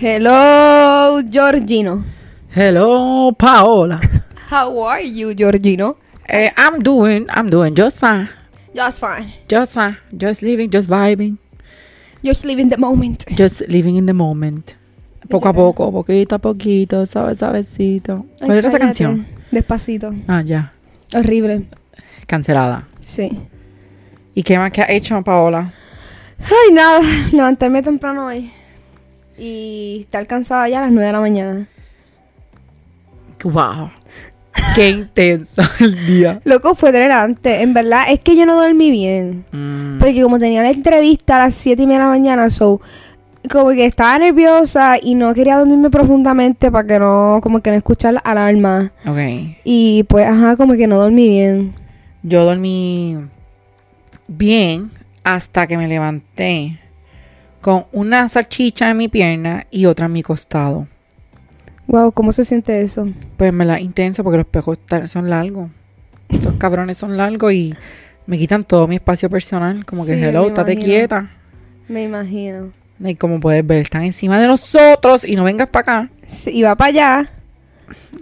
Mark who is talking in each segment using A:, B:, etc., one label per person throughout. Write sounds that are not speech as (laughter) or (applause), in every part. A: Hello, Georgino.
B: Hello, Paola.
A: How are you, Georgino?
B: Eh, I'm doing, I'm doing just fine.
A: Just fine.
B: Just fine. Just living, just vibing.
A: Just living the moment.
B: Just living in the moment. Poco a poco, poquito a poquito, suave, suavecito.
A: Ay,
B: ¿Cuál era esa
A: cállate.
B: canción?
A: Despacito.
B: Ah, ya.
A: Horrible.
B: Cancelada.
A: Sí.
B: ¿Y qué más que ha hecho Paola?
A: Ay, nada. Levantarme temprano hoy. Y estar cansada ya a las 9 de la mañana.
B: Wow. Qué intenso (laughs) el día.
A: Loco, fue delante. En verdad, es que yo no dormí bien.
B: Mm,
A: Porque como tenía la entrevista a las 7 y media de la mañana, so... Como que estaba nerviosa y no quería dormirme profundamente para que no... Como que no escuchar la alarma.
B: ok.
A: Y pues, ajá, como que no dormí bien.
B: Yo dormí bien hasta que me levanté con una salchicha en mi pierna y otra en mi costado.
A: Wow, ¿cómo se siente eso?
B: Pues me la intensa porque los pejos ta- son largos. Estos cabrones son largos y me quitan todo mi espacio personal. Como que,
A: Sí,
B: hello,
A: me
B: estate
A: imagino.
B: quieta.
A: Me imagino.
B: Y como puedes ver, están encima de nosotros y no vengas para acá.
A: Si va para allá,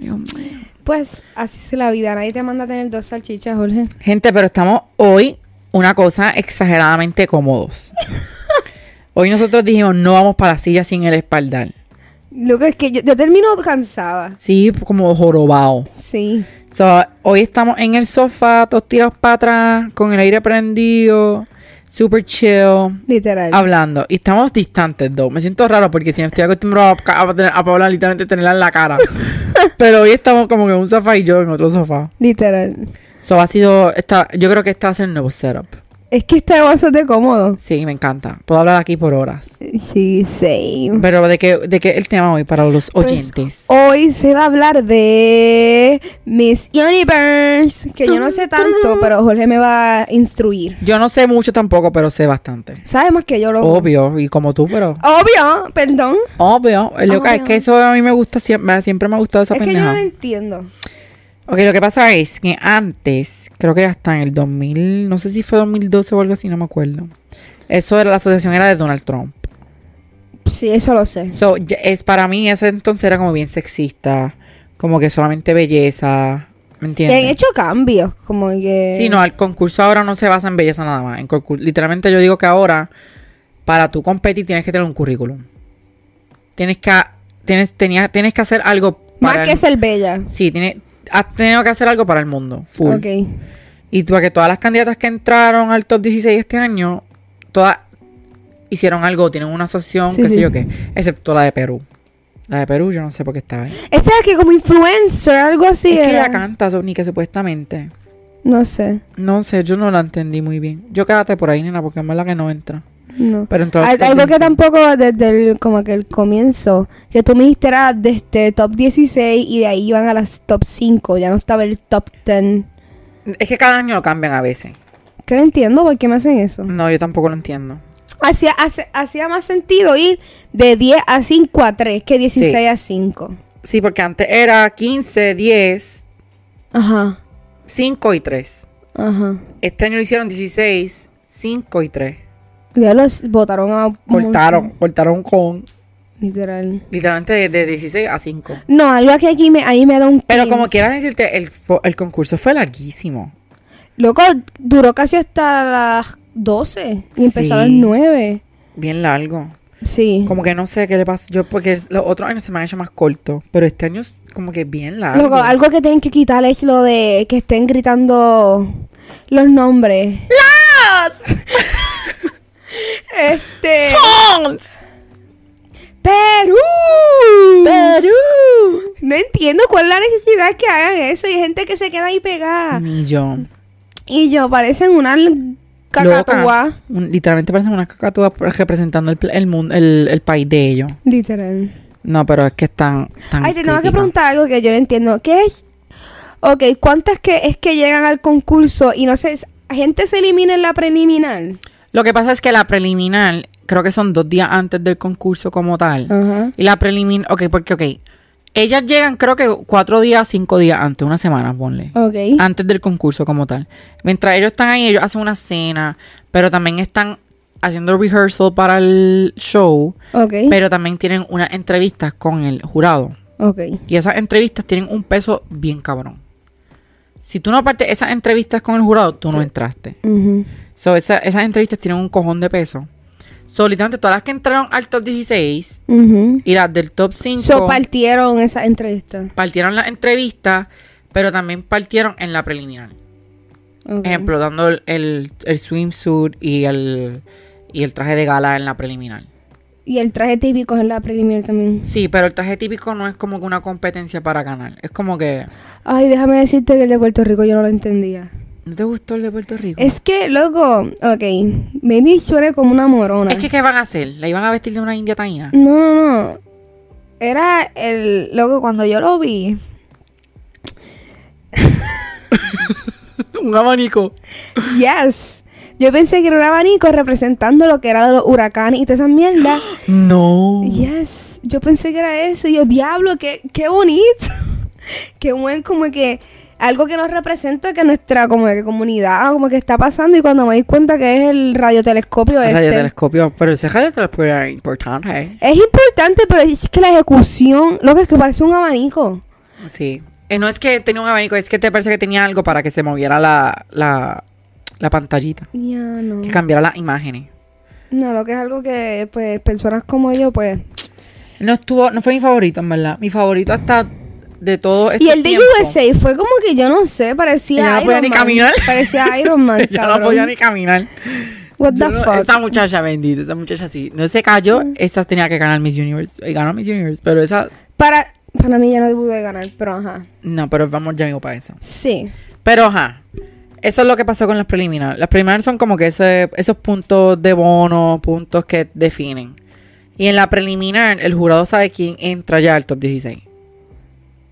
B: Dios mío.
A: pues así es la vida. Nadie te manda a tener dos salchichas, Jorge.
B: Gente, pero estamos hoy una cosa
A: (laughs)
B: exageradamente cómodos. hoy nosotros dijimos, no vamos para la silla sin el espaldar.
A: Lo que es que yo, yo termino cansada.
B: Sí, como jorobado.
A: Sí.
B: So, hoy estamos en el sofá, todos tirados para atrás, con el aire prendido, super chill.
A: Literal.
B: hablando y estamos distantes dos. Me siento raro porque si estoy acostumbrado a, ca- a tener- a Paola literalmente tenerla en la
A: (laughs)
B: cara. Pero hoy estamos como que en un sofá y yo en otro sofá.
A: Literal.
B: So ha sido esta, yo creo que esta va a ser el nuevo setup.
A: Es que este está bastante cómodo.
B: Sí, me encanta. Puedo hablar aquí por horas.
A: Sí, same.
B: Pero de qué de qué el tema hoy para los
A: Mm. Pues,
B: oyentes.
A: Hoy se va a hablar de Miss Universe. Que yo no sé tanto, pero Jorge me va a instruir.
B: Yo no sé mucho tampoco, pero sé bastante.
A: ¿Sabes más que yo lo
B: Obvio, y como tú, pero
A: Obvio, perdón.
B: obvio. Lo que- es
A: Ah. Obvio.
B: que eso a mí me gusta siempre, siempre me ha gustado esa
A: es que yo no
B: pendeja.
A: lo entiendo.
B: Ok, lo que pasa es que antes, creo que hasta en el 2000, no sé si fue 2012 o algo así, no me acuerdo. Eso era, la asociación era de Donald Trump.
A: Sí, eso lo sé.
B: So, ya- es, para mí ese entonces era como bien sexista, como que solamente belleza,
A: Y
B: ¿me
A: han
B: entiendes?
A: hecho eh, cambios, como que...
B: Sí, no, el concurso ahora no se basa en belleza nada más. En concur- literalmente yo digo que ahora, para tú competir tienes que tener un currículum. Tienes que, tienes, tenías, tienes que hacer algo
A: Más
B: para... el-
A: que ser bella.
B: Sí, tienes, has tenido que hacer algo para el mundo. Full.
A: Ok.
B: Y tú- que todas las candidatas que entraron al top 16 este año, todas hicieron algo, tienen una asociación,
A: Sí,
B: qué
A: sí.
B: sé yo qué, excepto la de Perú. La de Perú, yo no sé por qué estaba ahí.
A: Esa es que como influencer, algo así
B: es que
A: era.
B: ella canta, so- ni que supuestamente.
A: No sé.
B: No sé, yo no la entendí muy bien. Yo quédate por ahí, nena, porque es la que no entra.
A: No.
B: Pero entró al
A: Al-
B: top
A: algo que
B: 16.
A: tampoco desde el, como que el comienzo, que tú me dijiste era desde top 16 y de ahí iban a las top 5, ya no estaba el top 10.
B: Es que cada año lo cambian a veces.
A: Que no entiendo por qué me hacen eso.
B: No, yo tampoco lo entiendo.
A: Hacía, hace- hacía más sentido ir de 10 a 5 a 3 que 16
B: Sí.
A: a 5.
B: Sí, porque antes era 15, 10,
A: Ajá,
B: 5 y 3.
A: ajá.
B: Este año lo hicieron 16, 5 y 3.
A: Ya los votaron a... un
B: Cortaron,
A: montón,
B: cortaron con
A: literal.
B: Literalmente de, de 16 a 5.
A: No, algo que aquí me, ahí me da un...
B: Pero
A: cringe.
B: como quieras decirte, el, fo- el concurso fue larguísimo.
A: Loco, duró casi hasta las 12 y empezó a las
B: Sí.
A: 9.
B: Bien largo.
A: Sí.
B: Como que no sé qué le pasó. Yo, porque es- los otros años se me han hecho más cortos. Pero este año es como que bien largo.
A: Loco, algo que tienen que quitar es lo de que estén gritando los nombres. ¡Las! (laughs) este.
B: ¡Fons!
A: ¡Perú!
B: ¡Perú!
A: No entiendo cuál es la necesidad que hagan eso y hay gente que se queda ahí pegada.
B: Ni yo.
A: Y yo, parecen una l- cacatúa.
B: Loca. Un- literalmente parecen unas cacatúas representando el, pl- el, mundo, el, el país de ellos.
A: Literal.
B: No, pero es que están. tan
A: Ay, te tengo que
B: críticas.
A: preguntar algo que yo no entiendo. ¿Qué es? Ok, ¿cuántas que es que llegan al concurso y no sé, es- gente se elimina en la preliminar?
B: Lo que pasa es que la preliminar, creo que son dos días antes del concurso como tal.
A: Ajá.
B: Y la preliminar, ok, porque, ok. Ellas llegan creo que cuatro días, cinco días antes, una semana, ponle.
A: Ok.
B: Antes del concurso como tal. Mientras ellos están ahí, ellos hacen una cena, pero también están haciendo rehearsal para el show,
A: Ok.
B: pero también tienen unas entrevistas con el jurado.
A: ok.
B: Y esas entrevistas tienen un peso bien cabrón. Si tú no aparte esas entrevistas con el jurado, tú no entraste.
A: Ujú.
B: So, esa- esas entrevistas tienen un cojón de peso. So, literalmente, todas las que entraron al top 16
A: Ujú.
B: y las del top 5
A: So partieron esa entrevista.
B: partieron las entrevistas, pero también partieron en la preliminar.
A: Ok.
B: Ejemplo, dando el, el- el swimsuit y el, y el traje de gala en la preliminar.
A: Y el traje típico es la preliminar también.
B: Sí, pero el traje típico no es como que una competencia para ganar. Es como que.
A: Ay, déjame decirte que el de Puerto Rico yo no lo entendía.
B: ¿No te gustó el de Puerto Rico?
A: Es que, loco, ok, maybe suene como una morona.
B: Es que, ¿qué van a hacer? ¿La iban a vestir de una india taína?
A: No, no, no. Era el, loco, cuando yo lo vi, Mm.
B: (laughs) Un abanico.
A: yes. Yo pensé que era un abanico representando lo que era los huracanes y todas esas mierdas.
B: No.
A: Yes, yo pensé que era eso. Y yo, diablo, qué, qué bonito. (laughs) qué buen, como que algo que nos representa que nuestra como que comunidad, como que está pasando. Y cuando me di cuenta que es el radiotelescopio
B: El
A: este.
B: radiotelescopio. Pero ese radiotelescopio era importante.
A: es importante, pero es que la ejecución, lo que es que parece un abanico.
B: Sí. Eh, no es que tenía un abanico, es que te parece que tenía algo para que se moviera la, la, la pantallita.
A: Ya no.
B: Que cambiara las imágenes.
A: No, lo que es algo que, pues, personas como yo, pues.
B: No estuvo, no fue mi favorito, en verdad. Mi favorito hasta de todo este
A: y el de
B: tiempo.
A: USA fue como que yo no sé, parecía
B: Ella no
A: Iron
B: podía ni
A: Man.
B: caminar. (laughs)
A: Parecía Iron Man,
B: Yo no
A: cabrón.
B: podía ni caminar.
A: What
B: Yo
A: the
B: no-
A: fuck.
B: Esa muchacha bendita, esa muchacha sí. No se cayó, esa tenía que ganar Miss Universe. Y ganó Miss Universe, pero esa...
A: Para, para mí ya no pude ganar, pero ajá.
B: No, pero vamos ya mismo para eso.
A: Sí.
B: Pero ajá. Eso es lo que pasó con las preliminares. Las preliminares son como que ese- esos puntos de bono, puntos que definen. Y en la preliminar, el jurado sabe quién entra ya al top 16.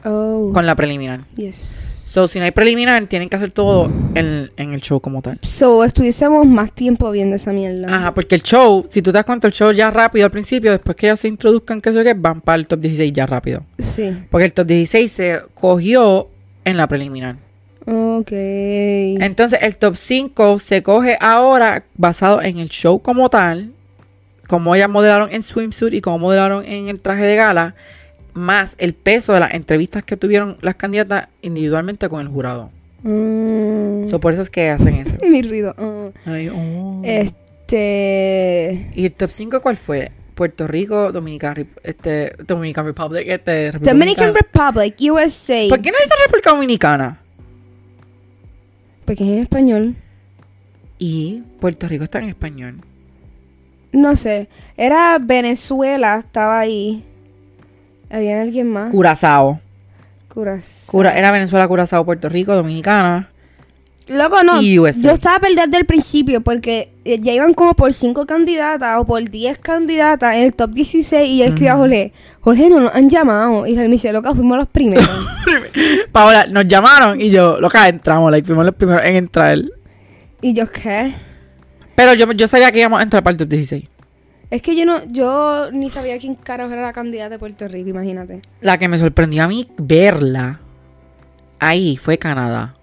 A: Oh.
B: Con la preliminar.
A: Yes.
B: So, si no hay preliminar, tienen que hacer todo en, en el show como tal.
A: So, estuviésemos más tiempo viendo esa mierda.
B: Ajá, porque el show, si tú te das cuenta, el show ya rápido al principio, después que ellos se introduzcan, que eso que van para el top 16 ya rápido.
A: Sí.
B: Porque el top 16 se cogió en la preliminar.
A: Ok.
B: Entonces, el top 5 se coge ahora basado en el show como tal, como ellas modelaron en swimsuit y como modelaron en el traje de gala, más el peso de las entrevistas que tuvieron las candidatas individualmente con el jurado.
A: Mm.
B: So, por eso es que hacen eso.
A: Y mi ruido. ah.
B: Ay, oh.
A: Este.
B: ¿Y el top 5 cuál fue? Puerto Rico, Dominican, Rep- este, Dominican Republic, este, República
A: Dominican
B: Dominicana.
A: Republic, USA.
B: ¿Por qué no dice República Dominicana?
A: Porque es en español.
B: Y Puerto Rico está en español.
A: No sé. Era Venezuela, estaba ahí. Había alguien más.
B: Curazao.
A: Curas.
B: Cura, era Venezuela, Curazao, Puerto Rico, Dominicana. (laughs)
A: Loco, no.
B: Y USA.
A: Yo estaba perdida desde el principio porque eh, ya iban como por 5 candidatas o por 10 candidatas en el top 16 y yo le escribí a Jorge, Jorge, no nos han llamado. Y él me dice, loca, fuimos los primeros.
B: (laughs) Paola, nos llamaron y yo, loca, entramos, like, fuimos los primeros en entrar.
A: y yo, ¿qué?
B: Pero yo, yo sabía que íbamos a entrar para el top 16.
A: Es que yo no, yo ni sabía quién carajo era la candidata de Puerto Rico, imagínate.
B: La que me sorprendió a mí verla ahí fue Canadá.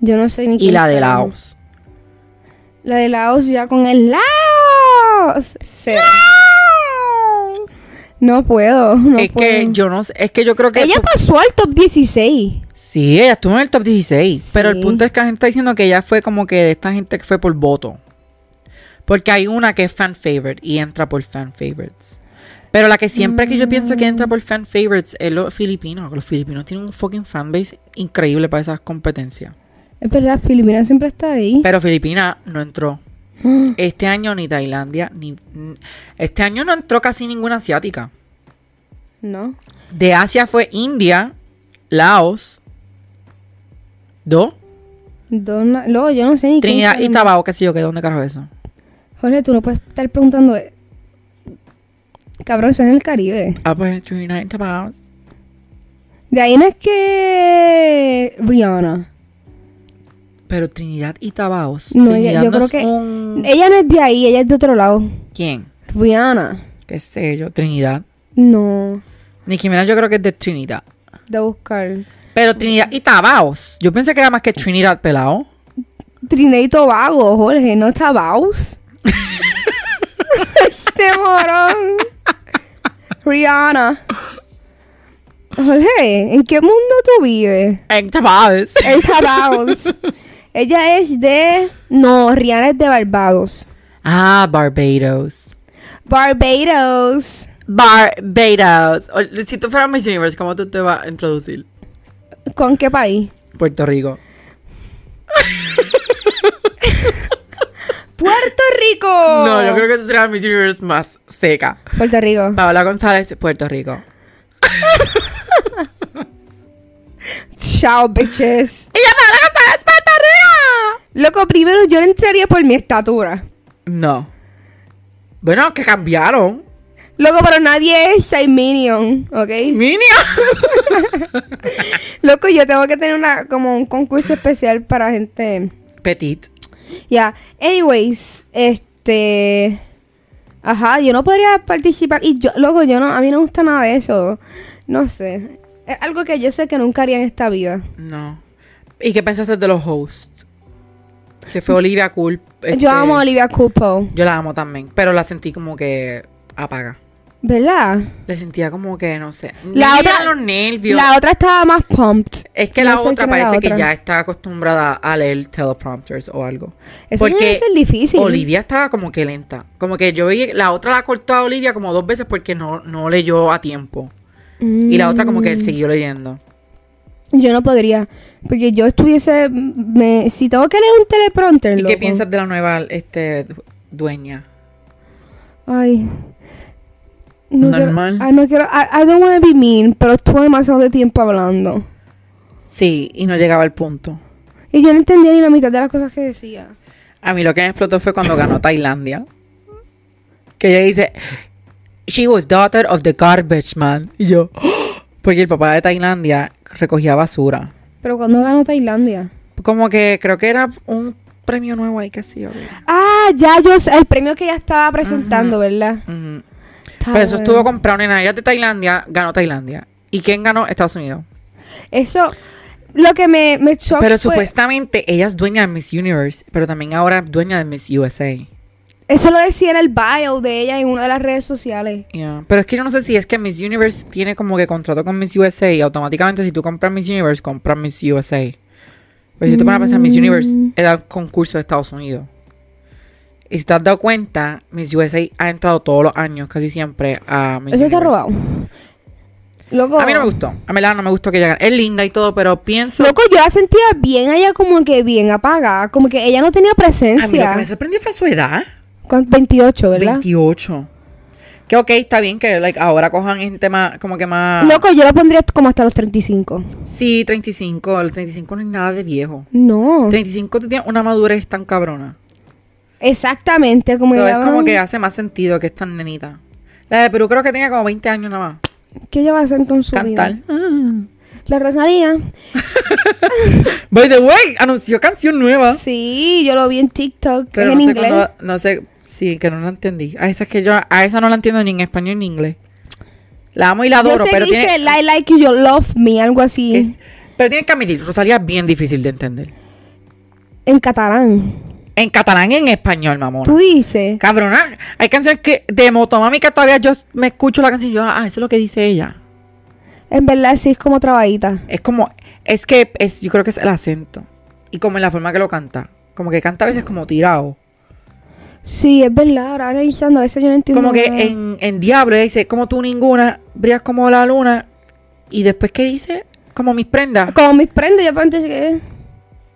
A: Yo no sé ni
B: Y
A: quién
B: la de
A: carajo.
B: Laos.
A: La de Laos ya con el Laos. Cero. No puedo, no
B: es que
A: puedo.
B: yo no sé, es que yo creo que...
A: Ella
B: eso-
A: pasó al top 16.
B: Sí, ella estuvo en el top 16.
A: Sí.
B: Pero el punto es que la gente está diciendo que ella fue como que de esta gente que fue por voto. Porque hay una que es fan favorite y entra por fan favorites. Pero la que siempre que yo pienso que entra por fan favorites es los filipinos. Los filipinos tienen un fucking fanbase increíble para esas competencias.
A: Es verdad, Filipina siempre está ahí.
B: Pero Filipina no entró. Este año ni Tailandia, ni... n- Este año no entró casi ninguna asiática.
A: No.
B: De Asia fue India, Laos, dos,
A: Dona- Luego yo no sé ni quién
B: Trinidad
A: sabe
B: y
A: más.
B: Tobago, qué sé yo, que dónde carajo es eso.
A: Jorge, tú no puedes estar preguntando. eh. Cabrón, eso es en el Caribe.
B: Ah, pues Trinidad y Tobago.
A: De ahí no es que. Rihanna.
B: Pero Trinidad y Tobago.
A: No,
B: Trinidad
A: ella- yo
B: no
A: creo
B: es
A: que. eh,
B: un-
A: Ella no es de ahí, ella es de otro lado.
B: ¿Quién?
A: Rihanna.
B: Qué sé yo, Trinidad.
A: No.
B: Nicki Minaj yo creo que es de Trinidad.
A: De buscar.
B: Pero Trinidad y Tobago. Yo pensé que era más que Trinidad pelado. (laughs)
A: Trinidad y Tobago, Jorge, no Tabaus. este morón. Rihanna. Jorge, ¿en qué mundo tú vives?
B: En Tabadas.
A: En Barbados. Ella es de. No, Rihanna es de Barbados.
B: Ah, Barbados.
A: Barbados.
B: Barbados. O- Si tú fueras Miss Universe, ¿cómo tú te vas a introducir?
A: ¿Con qué país?
B: Puerto Rico.
A: ¡Puerto Rico!
B: No,
A: Oh.
B: yo creo que esa sería la Miss Universe más seca.
A: Puerto Rico.
B: Paola González, Puerto Rico.
A: Chao, bitches.
B: ¡Y yo Paola González, Puerto Rico!
A: Loco, primero yo no entraría por mi estatura.
B: No. Bueno, que cambiaron.
A: Loco, pero nadie es Minion, ¿ok?
B: Minion.
A: Loco, yo tengo que tener una, como un concurso especial para gente.
B: (laughs) Petit.
A: Ya, anyways, este. Ajá, yo no podría participar. Y yo, loco, yo no, a mí no me gusta nada de eso. No sé. Es algo que yo sé que nunca haría en esta vida.
B: No. ¿Y qué pensaste de los hosts? Que fue Olivia Cool.
A: Yo amo a Olivia Cupo,
B: Yo la amo también, pero la sentí como que apaga.
A: ¿verdad?
B: Le sentía como que, no sé.
A: La
B: ni
A: otra-
B: eran los nervios.
A: La otra estaba más pumped.
B: es que
A: no
B: la
A: sé
B: otra
A: quién era
B: parece
A: la
B: que
A: otra.
B: ya está acostumbrada a leer teleprompters o algo.
A: Eso
B: Porque
A: debe ser difícil.
B: Olivia estaba como que lenta. Como que yo vi, la otra la cortó a Olivia como dos veces porque no, no leyó a tiempo. Y la otra como que siguió leyendo.
A: Mm, Yo no podría. Porque yo estuviese. Me, si tengo que leer un teleprompter.
B: ¿Y qué
A: loco.
B: piensas de la nueva este, du- dueña?
A: Ay.
B: Normal.
A: Quiero, ah, no quiero. I, I don't want be mean, pero estuve demasiado de tiempo hablando.
B: Sí, y no llegaba al punto.
A: Y yo no entendía ni la mitad de las cosas que decía.
B: A mí lo que me explotó fue cuando ganó Tailandia. Que ella dice, She was daughter of the garbage man. Y yo, (gasps) "Oh", porque el papá de Tailandia recogía basura.
A: Pero cuando ganó Tailandia.
B: Como que creo que era un premio nuevo ahí que sí. yo vi.
A: Ah, ya yo sé, el premio que ella estaba presentando, ¿verdad?
B: Ujú.
A: Está
B: Pero eso
A: bueno.
B: estuvo con Brown en áreas de Tailandia, ganó Tailandia. ¿Y quién ganó? Estados Unidos.
A: Eso, lo que me, me chocó
B: Pero
A: fue-
B: supuestamente ella es dueña de Miss Universe, pero también ahora es dueña de Miss USA.
A: Eso lo decía en el bio de ella en una de las redes sociales.
B: Yeah. Pero es que yo no sé si es que Miss Universe tiene como que contrato con Miss USA y automáticamente si tú compras Miss Universe, compras Miss USA. Pero si tú pones a pensar, Miss
A: Mm.
B: Universe era un concurso de Estados Unidos. Y si te has dado cuenta, Miss USA ha entrado todos los años, casi siempre, a Miss
A: Eso está
B: Universe.
A: robado. Loco,
B: A mí no me gustó. A Melana no me gustó que ella ganara. Es linda y todo, pero pienso...
A: loco, yo la sentía bien allá como que bien apagada, como que ella no tenía
B: a mí lo que
A: presencia.
B: me sorprendió fue su edad.
A: Con 28, ¿verdad?
B: 28. Que ok, está bien que like, ahora cojan gente más, como que más...
A: Loco, yo la pondría como hasta los 35.
B: Sí, 35. El 35 no es nada de viejo.
A: No.
B: 35 tú tienes una madurez tan cabrona.
A: Exactamente, como
B: So,
A: que
B: es como
A: hablan-
B: que hace más sentido que es tan nenita. La de Perú creo que tenía como 20 años nada más.
A: ¿Qué ella va a hacer con su
B: Cantar.
A: vida? La Rosalía.
B: By the way, anunció canción nueva.
A: Sí, yo lo vi en TikTok, es
B: Pero
A: en
B: no sé
A: inglés.
B: cuándo- no sé, sí, que no la entendí. A esa es que yo, a esa no la entiendo ni en español ni en inglés. La amo y la adoro,
A: yo sé
B: pero
A: que dice
B: tiene,
A: I like you, you love me, algo así.
B: que es- pero tienes que admitir, Rosalía es bien difícil de entender.
A: En catalán.
B: En catalán y en español, mamona.
A: Tú dices.
B: Cabrona, hay canciones que de Motomami que todavía yo me escucho la canción y yo, ah, eso es lo que dice ella.
A: En verdad sí es como trabadita.
B: Es como, es que es, yo creo que es el acento. Y como en la forma que lo canta. Como que canta a veces como tirado.
A: Sí, es verdad. Ahora analizando, a veces yo no entiendo.
B: Como que
A: nada.
B: en, en Diablo ella dice, como tú ninguna, brillas como la luna. Y después que dice, como mis prendas.
A: Como mis prendas, yo antes que...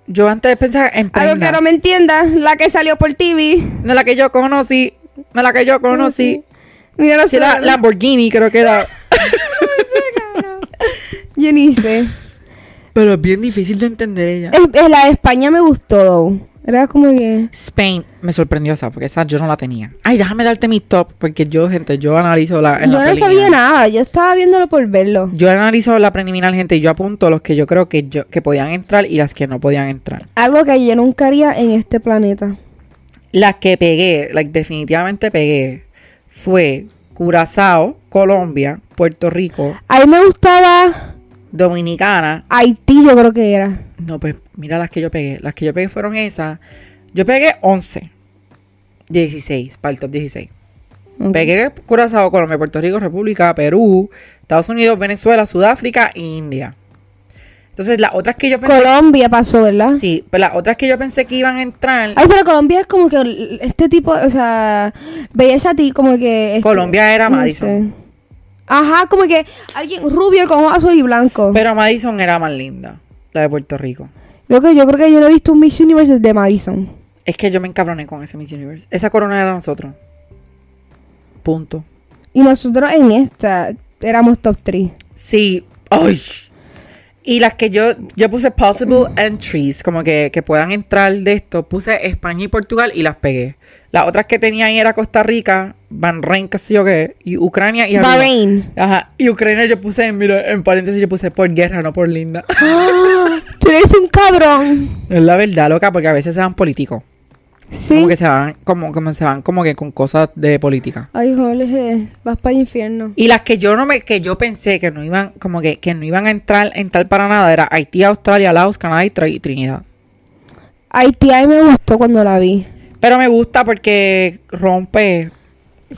B: Yo antes pensaba en prendas.
A: Algo que no me entienda, la que salió por TV.
B: No la que yo conocí, no la que yo conocí.
A: Mira la
B: Sí, la
A: suegra.
B: Lamborghini creo
A: (laughs)
B: que era.
A: Yo ni sé.
B: Pero es bien difícil de entender ella.
A: Es- es la de España me gustó, though. Era como que...
B: Spain me sorprendió esa, porque esa yo no la tenía. Ay, déjame darte mis top, porque yo, gente, yo analizo la. Ah, en
A: yo
B: la
A: no
B: preliminar.
A: sabía nada, yo estaba viéndolo por verlo.
B: Yo analizo la preliminar, gente, y yo apunto los que yo creo que, yo, que podían entrar y las que no podían entrar.
A: Algo que yo nunca haría en este planeta.
B: Las que pegué, like, definitivamente pegué, fue Curazao, Colombia, Puerto Rico,
A: A mí me gustaba
B: Dominicana.
A: Haití, yo creo que era.
B: No, pues mira las que yo pegué. Las que yo pegué fueron esas. Yo pegué 11. 16, para el top 16.
A: Ok.
B: Pegué Curazao, Colombia, Puerto Rico, República, Perú, Estados Unidos, Venezuela, Sudáfrica e India. Entonces, las otras que yo pensé.
A: Colombia pasó, ¿verdad?
B: sí, pues las otras que yo pensé que iban a entrar.
A: Ay, pero Colombia es como que l- este tipo, o sea, veías a ti como que... este-
B: Colombia era Madison.
A: sé. Ajá, como que alguien rubio con ojos azul y blanco.
B: Pero Madison era más linda, la de Puerto Rico.
A: Lo que yo creo que yo no he visto un Miss Universe desde Madison.
B: Es que yo me encabroné con ese Miss Universe. Esa corona era nosotros. Punto.
A: Y nosotros en esta éramos top 3.
B: Sí. ¡Ay! Y las que yo, yo puse possible entries, como que, que puedan entrar de esto, puse España y Portugal y las pegué. Las otras que tenía ahí era Costa Rica, Bahrein, qué sé yo qué, y Ucrania y Aruba.
A: Bahrein.
B: Ajá. Y Ucrania yo puse, mira, en paréntesis yo puse por guerra, no por linda. (laughs)
A: Tú eres un cabrón.
B: es la verdad, loca, porque a veces se dan políticos.
A: Sí.
B: Como que se van, como, como se van como que con cosas de política.
A: Ay, joder, vas para el infierno.
B: Y las que yo no me, que yo pensé que no iban, como que, que no iban a entrar, entrar para nada, era Haití, Australia, Laos, Canadá y Tri- Trinidad.
A: Haití ay, me gustó cuando la vi.
B: Pero me gusta porque rompe,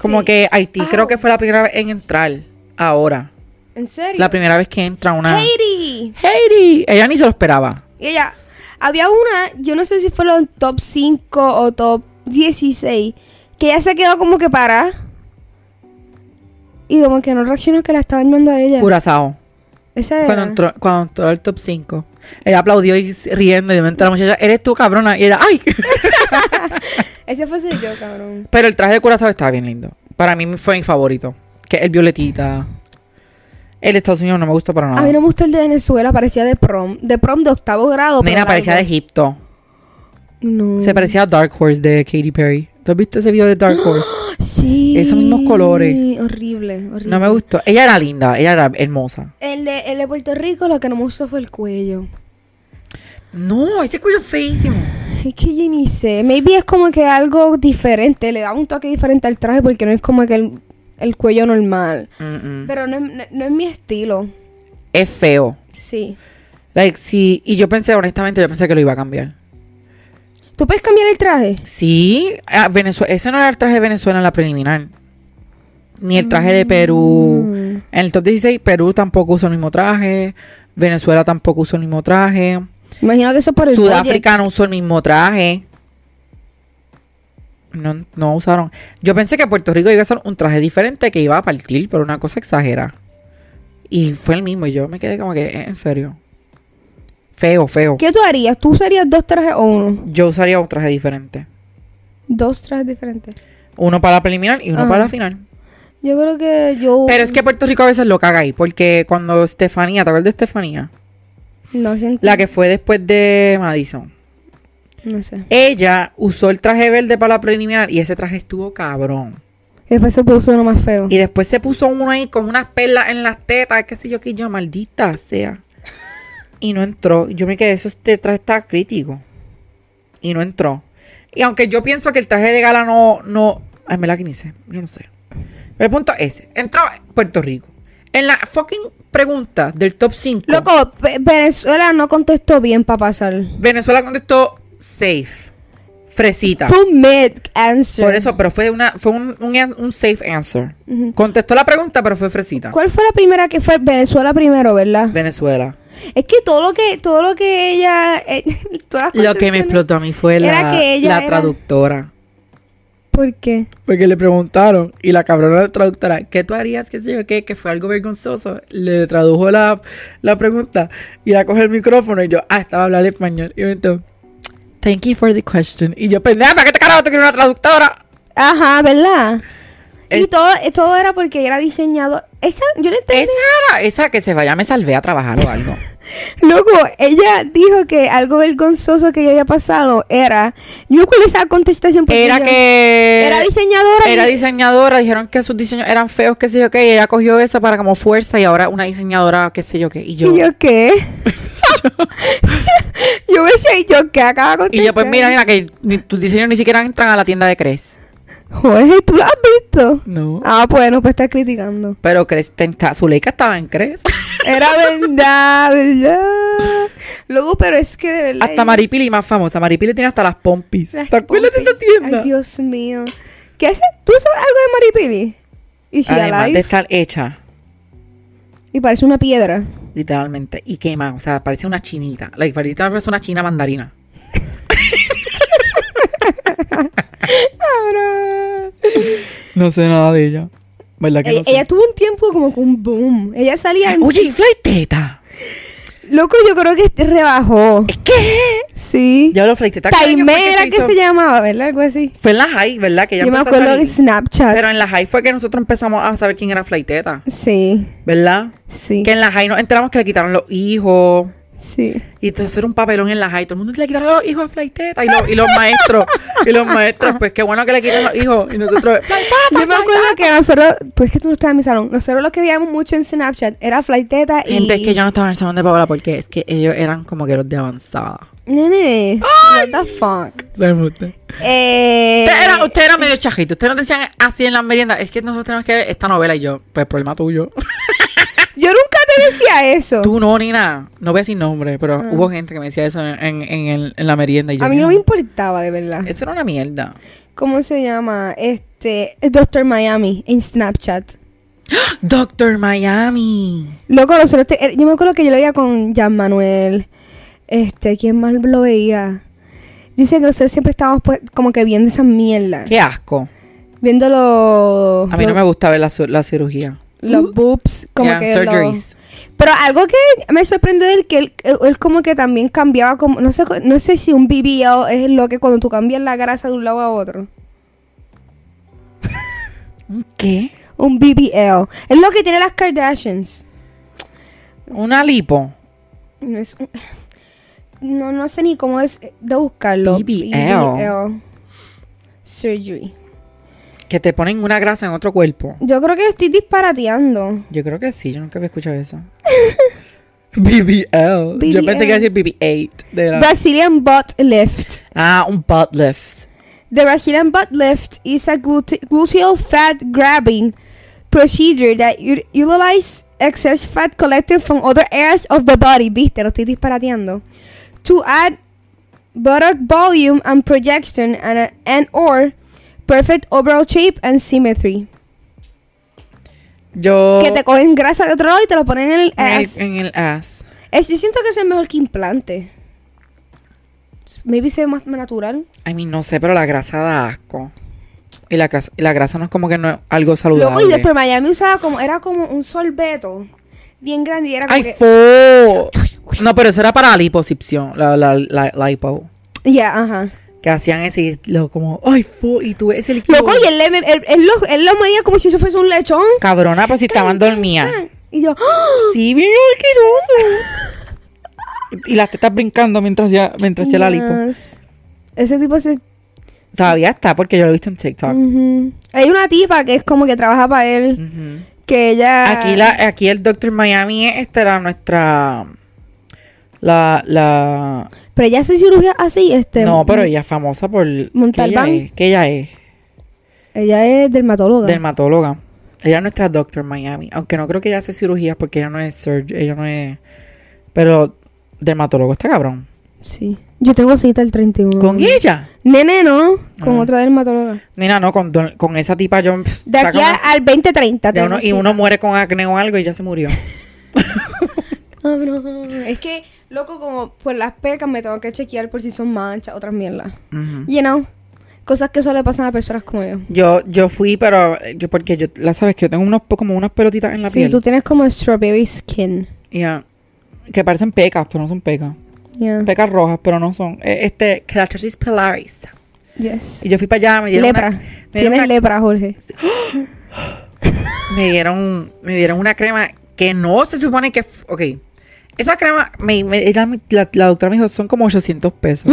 B: como
A: Sí.
B: que Haití
A: Ah.
B: creo que fue la primera vez en entrar ahora.
A: ¿En serio?
B: La primera vez que entra una
A: Haití.
B: Haití. Ella ni se lo esperaba.
A: Y ella, había una, yo no sé si fueron top 5 o top 16, que ella se quedó como que para. Y como que no reaccionó que la estaban llamando a ella.
B: Curazao.
A: Esa era.
B: Cuando entró, cuando entró al top 5. Ella aplaudió y s- riendo y de momento la muchacha, eres tú cabrona. Y ella, ¡ay! (laughs)
A: Ese fue ese yo, cabrón.
B: Pero el traje de Curazao estaba bien lindo. Para mí fue mi favorito. Que el violetita. El de Estados Unidos no me gustó para nada.
A: A mí no me gustó el de Venezuela, parecía de prom. De prom de octavo grado. pero
B: Nena, parecía de
A: largo.
B: Egipto.
A: No.
B: Se parecía a Dark Horse de Katy Perry. ¿Tú has visto ese video de Dark Horse?
A: Sí.
B: Esos mismos colores.
A: Horrible, horrible.
B: No me gustó. Ella era linda, ella era hermosa.
A: El de, el de Puerto Rico lo que no me gustó fue el cuello.
B: No, ese cuello es feísimo.
A: Es que yo ni sé. Maybe es como que algo diferente. Le da un toque diferente al traje porque no es como que el, el cuello normal.
B: Mm, mm.
A: Pero no es, no- no es mi estilo.
B: Es feo.
A: Sí.
B: Like, sí. Y yo pensé, honestamente, yo pensé que lo iba a cambiar.
A: ¿Tú puedes cambiar el traje?
B: Sí, ah, Venezuela, ese no era el traje de Venezuela en la preliminar. Ni el traje de
A: Mm.
B: Perú. En el top 16, Perú tampoco usó el mismo traje. Venezuela tampoco usó el mismo traje.
A: Imagino que eso es por el
B: Sudáfrica no usó el mismo traje. No, no usaron. Yo pensé que Puerto Rico iba a usar un traje diferente que iba a partir por una cosa exagera. Y fue el mismo. Y yo me quedé como que, "Eh, en serio. Feo, feo.
A: budget. ¿Qué tú harías? ¿Tú usarías dos trajes o uno?
B: Yo usaría un traje diferente.
A: Dos trajes diferentes.
B: Uno para la preliminar y uno
A: Ajá.
B: para la final.
A: Yo creo que yo...
B: Pero es que Puerto Rico a veces lo caga ahí. Porque cuando Estefanía, ¿te acuerdas de Estefanía?
A: No sé.
B: La que fue después de Madison.
A: No sé.
B: Ella usó el traje verde para la preliminar y ese traje estuvo cabrón.
A: Después se puso uno más feo.
B: Y después se puso uno ahí con unas perlas en las tetas, qué sé yo, que yo, maldita sea. Y no entró. Yo me quedé, eso este traje está crítico. Y no entró. Y aunque yo pienso que el traje de gala no, no, ay, me la que ni sé, yo no sé. Pero el punto es, ese. entró Puerto Rico. En la fucking pregunta del top 5,
A: Loco, Ve- Venezuela no contestó bien para pasar.
B: Venezuela contestó safe, fresita.
A: Fue un mid answer.
B: Por eso, pero fue, una, fue un, un- un safe answer.
A: Ujú.
B: Contestó la pregunta, pero fue fresita.
A: ¿Cuál fue la primera que fue Venezuela primero, verdad?
B: Venezuela.
A: es que todo lo que todo lo que ella eh, (laughs) todas las
B: Lo que me
A: contestaciones-
B: explotó a mí fue la,
A: Era que ella
B: la
A: era-
B: traductora.
A: ¿Por qué?
B: Porque le preguntaron, y la cabrona traductora, ¿qué tú harías? ¿Qué sé yo qué? Que fue algo vergonzoso. Le tradujo la, la pregunta y ella coge el micrófono y yo, ah, estaba hablando español. Y me entonces, thank you for the question. Y yo, pendeja, ¿para qué te carajo te quiero una traductora?
A: Ajá, ¿verdad? Y
B: El-
A: todo, eh, todo era porque era diseñado. Esa, yo le entendí.
B: Esa era, esa que se vaya, me salvé a trabajar o algo.
A: Loco, ella dijo que algo vergonzoso que ella había pasado era. Yo me acuerdo esa contestación porque
B: Era
A: yo-
B: que...
A: Era diseñadora. y-
B: Era diseñadora, dijeron que sus diseños eran feos, qué sé yo qué, y ella cogió esa para como fuerza y ahora una diseñadora, qué sé yo qué. Y yo,
A: ¿Y yo qué? (laughs) yo me decía, ¿y yo qué acaba de
B: Y
A: contestar?
B: yo, pues mira, mira, que ni- tus diseños ni siquiera entran a la tienda de Cres.
A: Jorge, ¿tú lo has visto?
B: No.
A: Ah, bueno, pues estás criticando.
B: Pero Cres, te- ta- Zuleika estaba en Cres. (laughs)
A: Era verdad, verdad. Luego, pero es que de verdad.
B: hasta Maripili más famosa. Maripili tiene hasta las pompis.
A: Las
B: ¿Te acuerdas de esa
A: pompis.
B: tienda?
A: Ay, Dios mío. ¿Qué es? ¿Tú sabes algo de Maripili? Y she
B: Además de
A: alive.
B: estar hecha,
A: Y parece una piedra.
B: literalmente, y quema. O sea, parece una chinita. Like, parece parece una china mandarina. No sé nada de ella. ¿Verdad que
A: Ella,
B: no sé?
A: ella tuvo un tiempo como con un boom. Ella salía en...
B: Oye, infla y teta.
A: Loco, yo creo que este rebajó.
B: ¿Qué?
A: Sí.
B: Ya lo flaiteta. ¿qué año fue
A: Taimé era que
B: hizo?
A: se llamaba, ¿verdad? Algo así.
B: Fue en la high, ¿verdad? Que ella
A: Yo me
B: empezó a
A: acuerdo
B: salir.
A: en Snapchat.
B: Pero en la high fue que nosotros empezamos a saber quién era flaiteta,
A: Sí,
B: ¿verdad?
A: sí,
B: Que en la high nos enteramos que le quitaron los hijos.
A: sí.
B: Y entonces era un papelón en la high. Todo el mundo le quitaron los hijos a Flaiteta. Y, lo- y los maestros. Y los maestros, pues qué bueno que le quitan los hijos. Y nosotros.
A: Yo me acuerdo que nosotros, tú es que tú no estabas en mi salón, nosotros lo que veíamos mucho en Snapchat era Flighteta y...
B: Gente, es que yo no estaba en el salón de Paola porque es que ellos eran como que los de avanzada.
A: Nene, what the fuck. Eh,
B: Usted era, usted era medio chajito. Ustedes nos decían así en las meriendas. Es que nosotros tenemos que ver esta novela. Y yo, pues problema tuyo.
A: Yo nunca te decía eso.
B: Tú no, ni nada. No voy a decir nombre, pero hubo gente que me decía eso en, en- en el- en la merienda. Y yo,
A: Mm. A mí no me
B: "Mira,
A: importaba, de verdad.
B: Eso era una mierda.
A: ¿Cómo se llama? Este, Doctor Miami en Snapchat.
B: Doctor Miami.
A: Loco, nosotros te- eh, yo me acuerdo que yo lo veía con Jan Manuel. Este, ¿quién más lo veía? Dice que nosotros siempre estábamos pues, como que viendo esa mierda.
B: Qué asco.
A: Viéndolo.
B: A mí no me gusta ver la, su- la cirugía.
A: los boobs, como
B: Yeah,
A: que los-
B: surgeries.
A: Pero algo que me sorprendió de él, que él, él como que también cambiaba, como, no sé, cu- no sé si un BBL es lo que cuando tú cambias la grasa de un lado a otro.
B: ¿Qué?
A: Un BBL. Es lo que tiene las Kardashians.
B: Una lipo.
A: No es un- (sighs) no, no sé ni cómo es eh, de buscarlo.
B: BBL.
A: BBL. Surgery.
B: Que te ponen una grasa en otro cuerpo.
A: Yo creo que estoy disparateando.
B: Yo creo que sí. Yo nunca había escuchado (laughs) eso. BBL. Yo
A: BBL.
B: pensé que iba a decir BB8. de la-
A: Brazilian butt lift.
B: Ah, un butt lift.
A: The Brazilian butt lift is a glute- gluteal fat grabbing procedure that u- utilizes excess fat collected from other areas of the body. Viste, lo estoy disparateando. To add buttock volume and projection and, and or perfect overall shape and symmetry.
B: Yo.
A: Que te cogen grasa de otro lado y te lo ponen en el
B: en el-
A: ass.
B: en el ass.
A: Es, yo siento que eso es mejor que implante. Maybe se ve más natural.
B: I mean, no sé, pero la grasa da asco. Y la grasa, y la grasa no es como que no es algo
A: Luego,
B: saludable.
A: y después Miami usaba como, era como un sorbeto bien grande y era como
B: ¡Ay,
A: que...
B: fo! No, pero eso era para la liposucción, la, la, la, la lipo.
A: Ya, ajá.
B: Que hacían ese y lo como, ¡ay, fo! Y tú ves ese líquido.
A: Loco, y él, le- él, él lo, él lo maría como si eso fuese un lechón.
B: Cabrona, pues si estaban dormidas.
A: Y yo, ¡ah!
B: Sí, bien asqueroso. Y las tetas brincando mientras ya, mientras hacía la lipo.
A: Yes. Ese tipo se...
B: Todavía está, porque yo lo he visto en TikTok.
A: Ujú. Hay una tipa que es como que trabaja para él,
B: Ujú.
A: que ella...
B: Aquí, la, aquí el Doctor Miami, esta era nuestra. La, la.
A: Pero ella hace cirugía así, este...
B: No, pero ella es famosa por. Que ella
A: Montalbán.
B: es, que ella es
A: Ella es dermatóloga.
B: dermatóloga. Ella es nuestra Doctor Miami. Aunque no creo que ella hace cirugías porque ella no es surge, ella no es. Pero dermatólogo está cabrón.
A: sí. Yo tengo cita el 31.
B: Con ella.
A: Nene, ¿no? Con
B: Ah.
A: otra dermatóloga.
B: Mira, no, con, don- con esa tipa yo. pff,
A: De aquí
B: saca
A: a-
B: una-
A: al 2030
B: ya uno-
A: tenemos
B: y
A: cita.
B: uno muere con acné o algo y ya
A: (laughs)
B: se murió.
A: Ah, no. Es que, loco, como por las pecas me tengo que chequear por si son manchas, otras mierdas.
B: Ujú.
A: You know? Cosas que solo le pasan a personas como yo.
B: Yo, yo fui, pero eh, yo porque yo, la sabes que yo tengo unos po- como unas pelotitas en la
A: Sí,
B: piel.
A: tú tienes como strawberry skin.
B: Ya. Que parecen pecas, pero no son pecas.
A: Yeah.
B: Pecas rojas, pero no son. Eh, Este, Keratosis pilaris.
A: Yes.
B: Y yo fui para allá, me dieron
A: Lepra.
B: una- me dieron
A: Tienes
B: una
A: lepra, Jorge.
B: me dieron, me dieron una crema que no se supone que... f- Ok. Esa crema, me, me- ella me- la, la doctora me dijo, son como 800
A: (gasps)
B: pesos.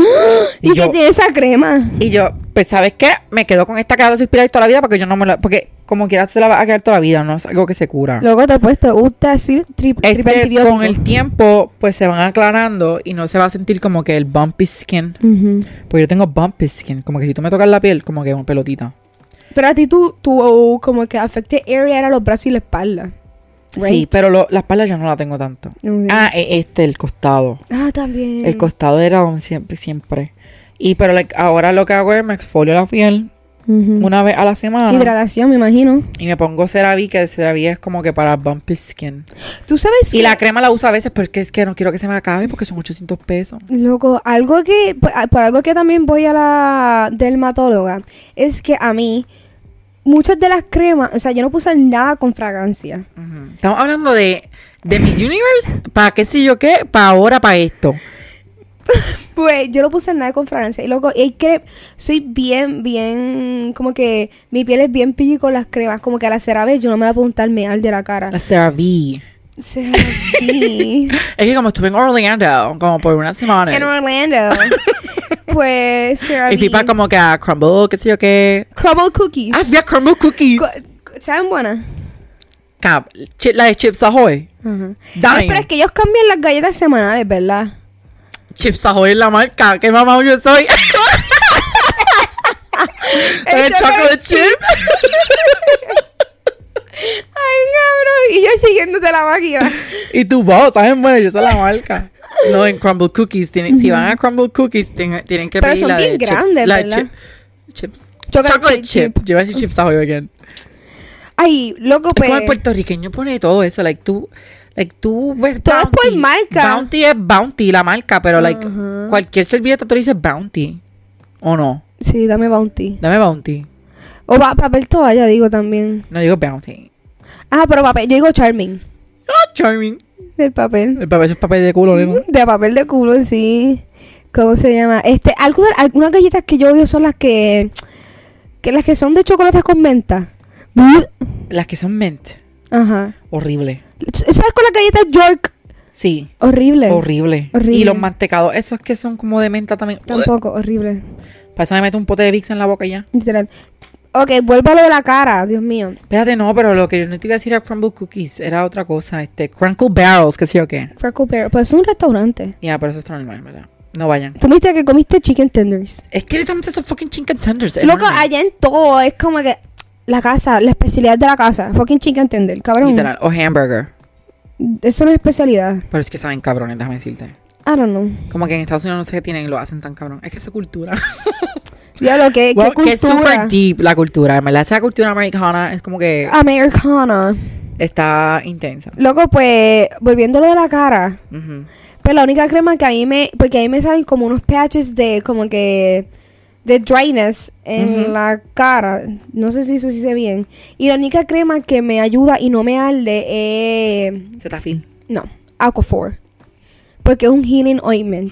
A: ¿Y,
B: y,
A: que
B: yo,
A: tiene esa crema?
B: y yo, pues, ¿sabes qué? Me quedo con esta cara de toda la vida porque yo no me la... Porque como quiera se la va a quedar toda la vida, no es algo que se cura.
A: Luego te he puesto gusta decir triple
B: es que
A: antibiótico.
B: Ah. Este con el tiempo, pues, se van aclarando y no se va a sentir como que el bumpy skin.
A: Ujú.
B: Porque yo tengo bumpy skin. Como que si tú me tocas la piel, como que una pelotita.
A: Pero a ti tú, tú como que afecte area era los brazos y la espalda.
B: Sí,
A: Right? Mm.
B: pero lo- las palas ya no la tengo tanto.
A: Ok.
B: Ah, e- este, el costado.
A: Ah, también.
B: El costado era un siempre, siempre. Y pero like, ahora lo que hago es me exfolio la piel,
A: Ujú.
B: una vez a la semana.
A: Hidratación, me imagino.
B: Y me pongo CeraVe, que el CeraVe es como que para bumpy skin.
A: ¿Tú sabes
B: Y
A: que-
B: la crema la uso a veces porque es que no quiero que se me acabe porque son 800 pesos.
A: Loco, algo que, por, a- por algo que también voy a la dermatóloga, es que a mí, muchas de las cremas, o sea, yo no puse nada con fragancia.
B: Ujú. Estamos hablando de, de Miss Universe, para qué sé yo qué, para ahora, para esto.
A: Pues yo no puse nada con fragancia. Y loco, y hay cre- soy bien, bien, como que mi piel es bien pilli con las cremas, como que a la CeraVe yo no me la puedo untar me de la cara.
B: La CeraVe.
A: CeraVe.
B: Es que como estuve en Orlando, como por una semana. (laughs)
A: en Orlando. pues CeraVe.
B: Y fui para como que a Crumble, qué sé yo qué.
A: Crumble cookies.
B: Ah, fui a Crumble Cookies.
A: Co- ¿Saben buenas?
B: Cab- chi- la de Chips Ahoy.
A: Ajá. Ay,
B: Dime.
A: pero es que ellos cambian las galletas semanales, ¿verdad?
B: Chips Ahoy es la marca. ¿Qué mamá yo
A: (laughs)
B: soy? el chocolate chip.
A: Ay, cabrón. Y yo siguiéndote la
B: (laughs)
A: máquina.
B: Y tu voz, ¿sabes? Bueno, yo soy la marca. No, en Crumble Cookies. Tienen, Si van a Crumble Cookies, tienen, tienen que
A: Pero
B: pedir
A: son
B: la
A: bien
B: de chips-
A: grandes,
B: la de
A: ¿verdad?
B: chi- chips.
A: Chocolate
B: Chocolate,
A: chip.
B: chip. Yo iba a decir chips ahoy again.
A: Ay, loco,
B: Es
A: pues.
B: como el puertorriqueño pone todo eso. Like, tú... Like, tú ves
A: Todo es por
B: Bounty.
A: marca.
B: Bounty es Bounty, la marca. Pero, like,
A: Ajá.
B: cualquier servilleta tú le dices Bounty. ¿O no?
A: Sí, dame bounty.
B: Dame Bounty.
A: O pa- papel toalla, digo también.
B: No digo Bounty.
A: Ah, pero papel. Yo digo charming.
B: Ah, Charming.
A: Del papel.
B: El papel eso es papel de culo, ¿no?
A: De papel de culo, sí. ¿Cómo se llama? Este, algo de- algunas galletas que yo odio son las que. que las que son de chocolates con menta.
B: Las que son mint.
A: Ajá.
B: Horrible.
A: ¿Sabes con las galletas York?
B: Sí.
A: Horrible.
B: Horrible.
A: Horrible.
B: Y los mantecados, esos que son como de menta también.
A: Tampoco, horrible.
B: Para eso me meto un pote de Vicks en la boca y ya.
A: Literal. Ok, vuelvo a lo de la cara, Dios mío.
B: Espérate, no, pero lo que yo no te iba a decir era Crumble Cookies, era otra cosa, este, Crunkle Barrels, qué sé yo qué.
A: Freckle Pear. Pues es un restaurante.
B: Ya, pero eso está normal, ¿verdad? No vayan.
A: Tú me dijiste que comiste chicken tenders.
B: Es que literalmente esos fucking chicken tenders. es
A: Loco,
B: enorme.
A: allá en todo es como que la casa, la especialidad de la casa. Fucking chicken tender, cabrón.
B: Literal, o hamburger.
A: Eso no es especialidad.
B: Pero es que saben cabrones, déjame decirte.
A: I don't know.
B: Como que en Estados Unidos no sé qué tienen y lo hacen tan cabrón. Es que esa cultura.
A: Ya lo que, (laughs)
B: Wow,
A: qué
B: que es
A: cultura.
B: super deep la cultura. En verdad, esa cultura americana es como que
A: Ah. Americana.
B: está intensa.
A: Loco, pues, volviendo a lo de la cara.
B: Ujú.
A: Pues la única crema que a mí me. Porque a mí me salen como unos patches de como que. de dryness en
B: Ujú.
A: la cara. No sé si eso se dice bien. Y la única crema que me ayuda y no me arde eh,
B: Se está fin.
A: No, Aquaphor. Porque es un healing ointment.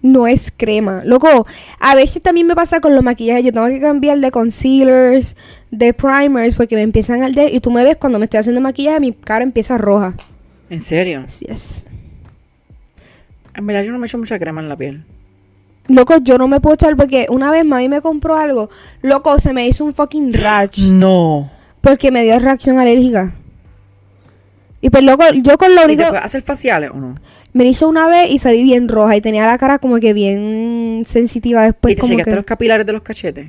A: No es crema. Loco, a veces también me pasa con los maquillajes. Yo tengo que cambiar de concealers, de primers, porque me empiezan a arder. Y tú me ves cuando me estoy haciendo maquillaje, mi cara empieza roja.
B: ¿En serio?
A: Así es.
B: En verdad yo no me echo mucha crema en la piel.
A: Loco, yo no me puedo echar porque una vez mami me compró algo. Loco, se me hizo un fucking rash.
B: No.
A: Porque me dio reacción alérgica. Y pues loco, yo con lo
B: ¿Y
A: único...
B: te puedes hacer faciales o no?
A: Me lo hizo una vez y salí bien roja y tenía la cara como que bien sensitiva después.
B: ¿Y
A: Pues
B: te
A: como
B: chequeaste
A: que-
B: los capilares de los cachetes?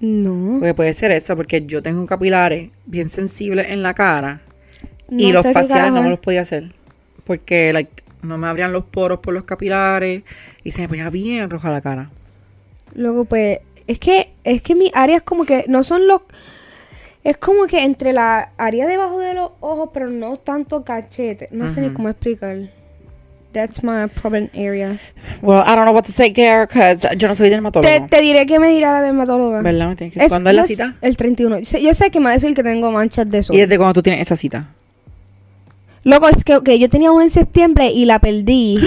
A: No.
B: Porque puede ser eso, porque yo tengo capilares bien sensibles en la cara
A: no
B: y los
A: sé qué
B: faciales no
A: carajo.
B: me los podía hacer. Porque like, no me abrían los poros por los capilares y se me ponía bien roja la cara.
A: Luego, pues, es que, es que mis áreas como que no son los... Es como que entre la área debajo de los ojos, pero no tanto cachete. No sé ni
B: Ujú.
A: cómo explicar. That's my problem area.
B: Well, I don't know what to say, Gare, because yo no soy
A: Te,
B: dermatólogo.
A: te diré que me dirá la dermatóloga.
B: ¿Verdad? Me tienes que-
A: Es-
B: ¿Cuándo es la
A: no
B: cita?
A: El 31. Sé- Yo sé que me va a decir que tengo manchas de sol.
B: ¿Y desde cuándo tú tienes esa cita?
A: Loco, es que ok, yo tenía una en septiembre y la (gasps) perdí.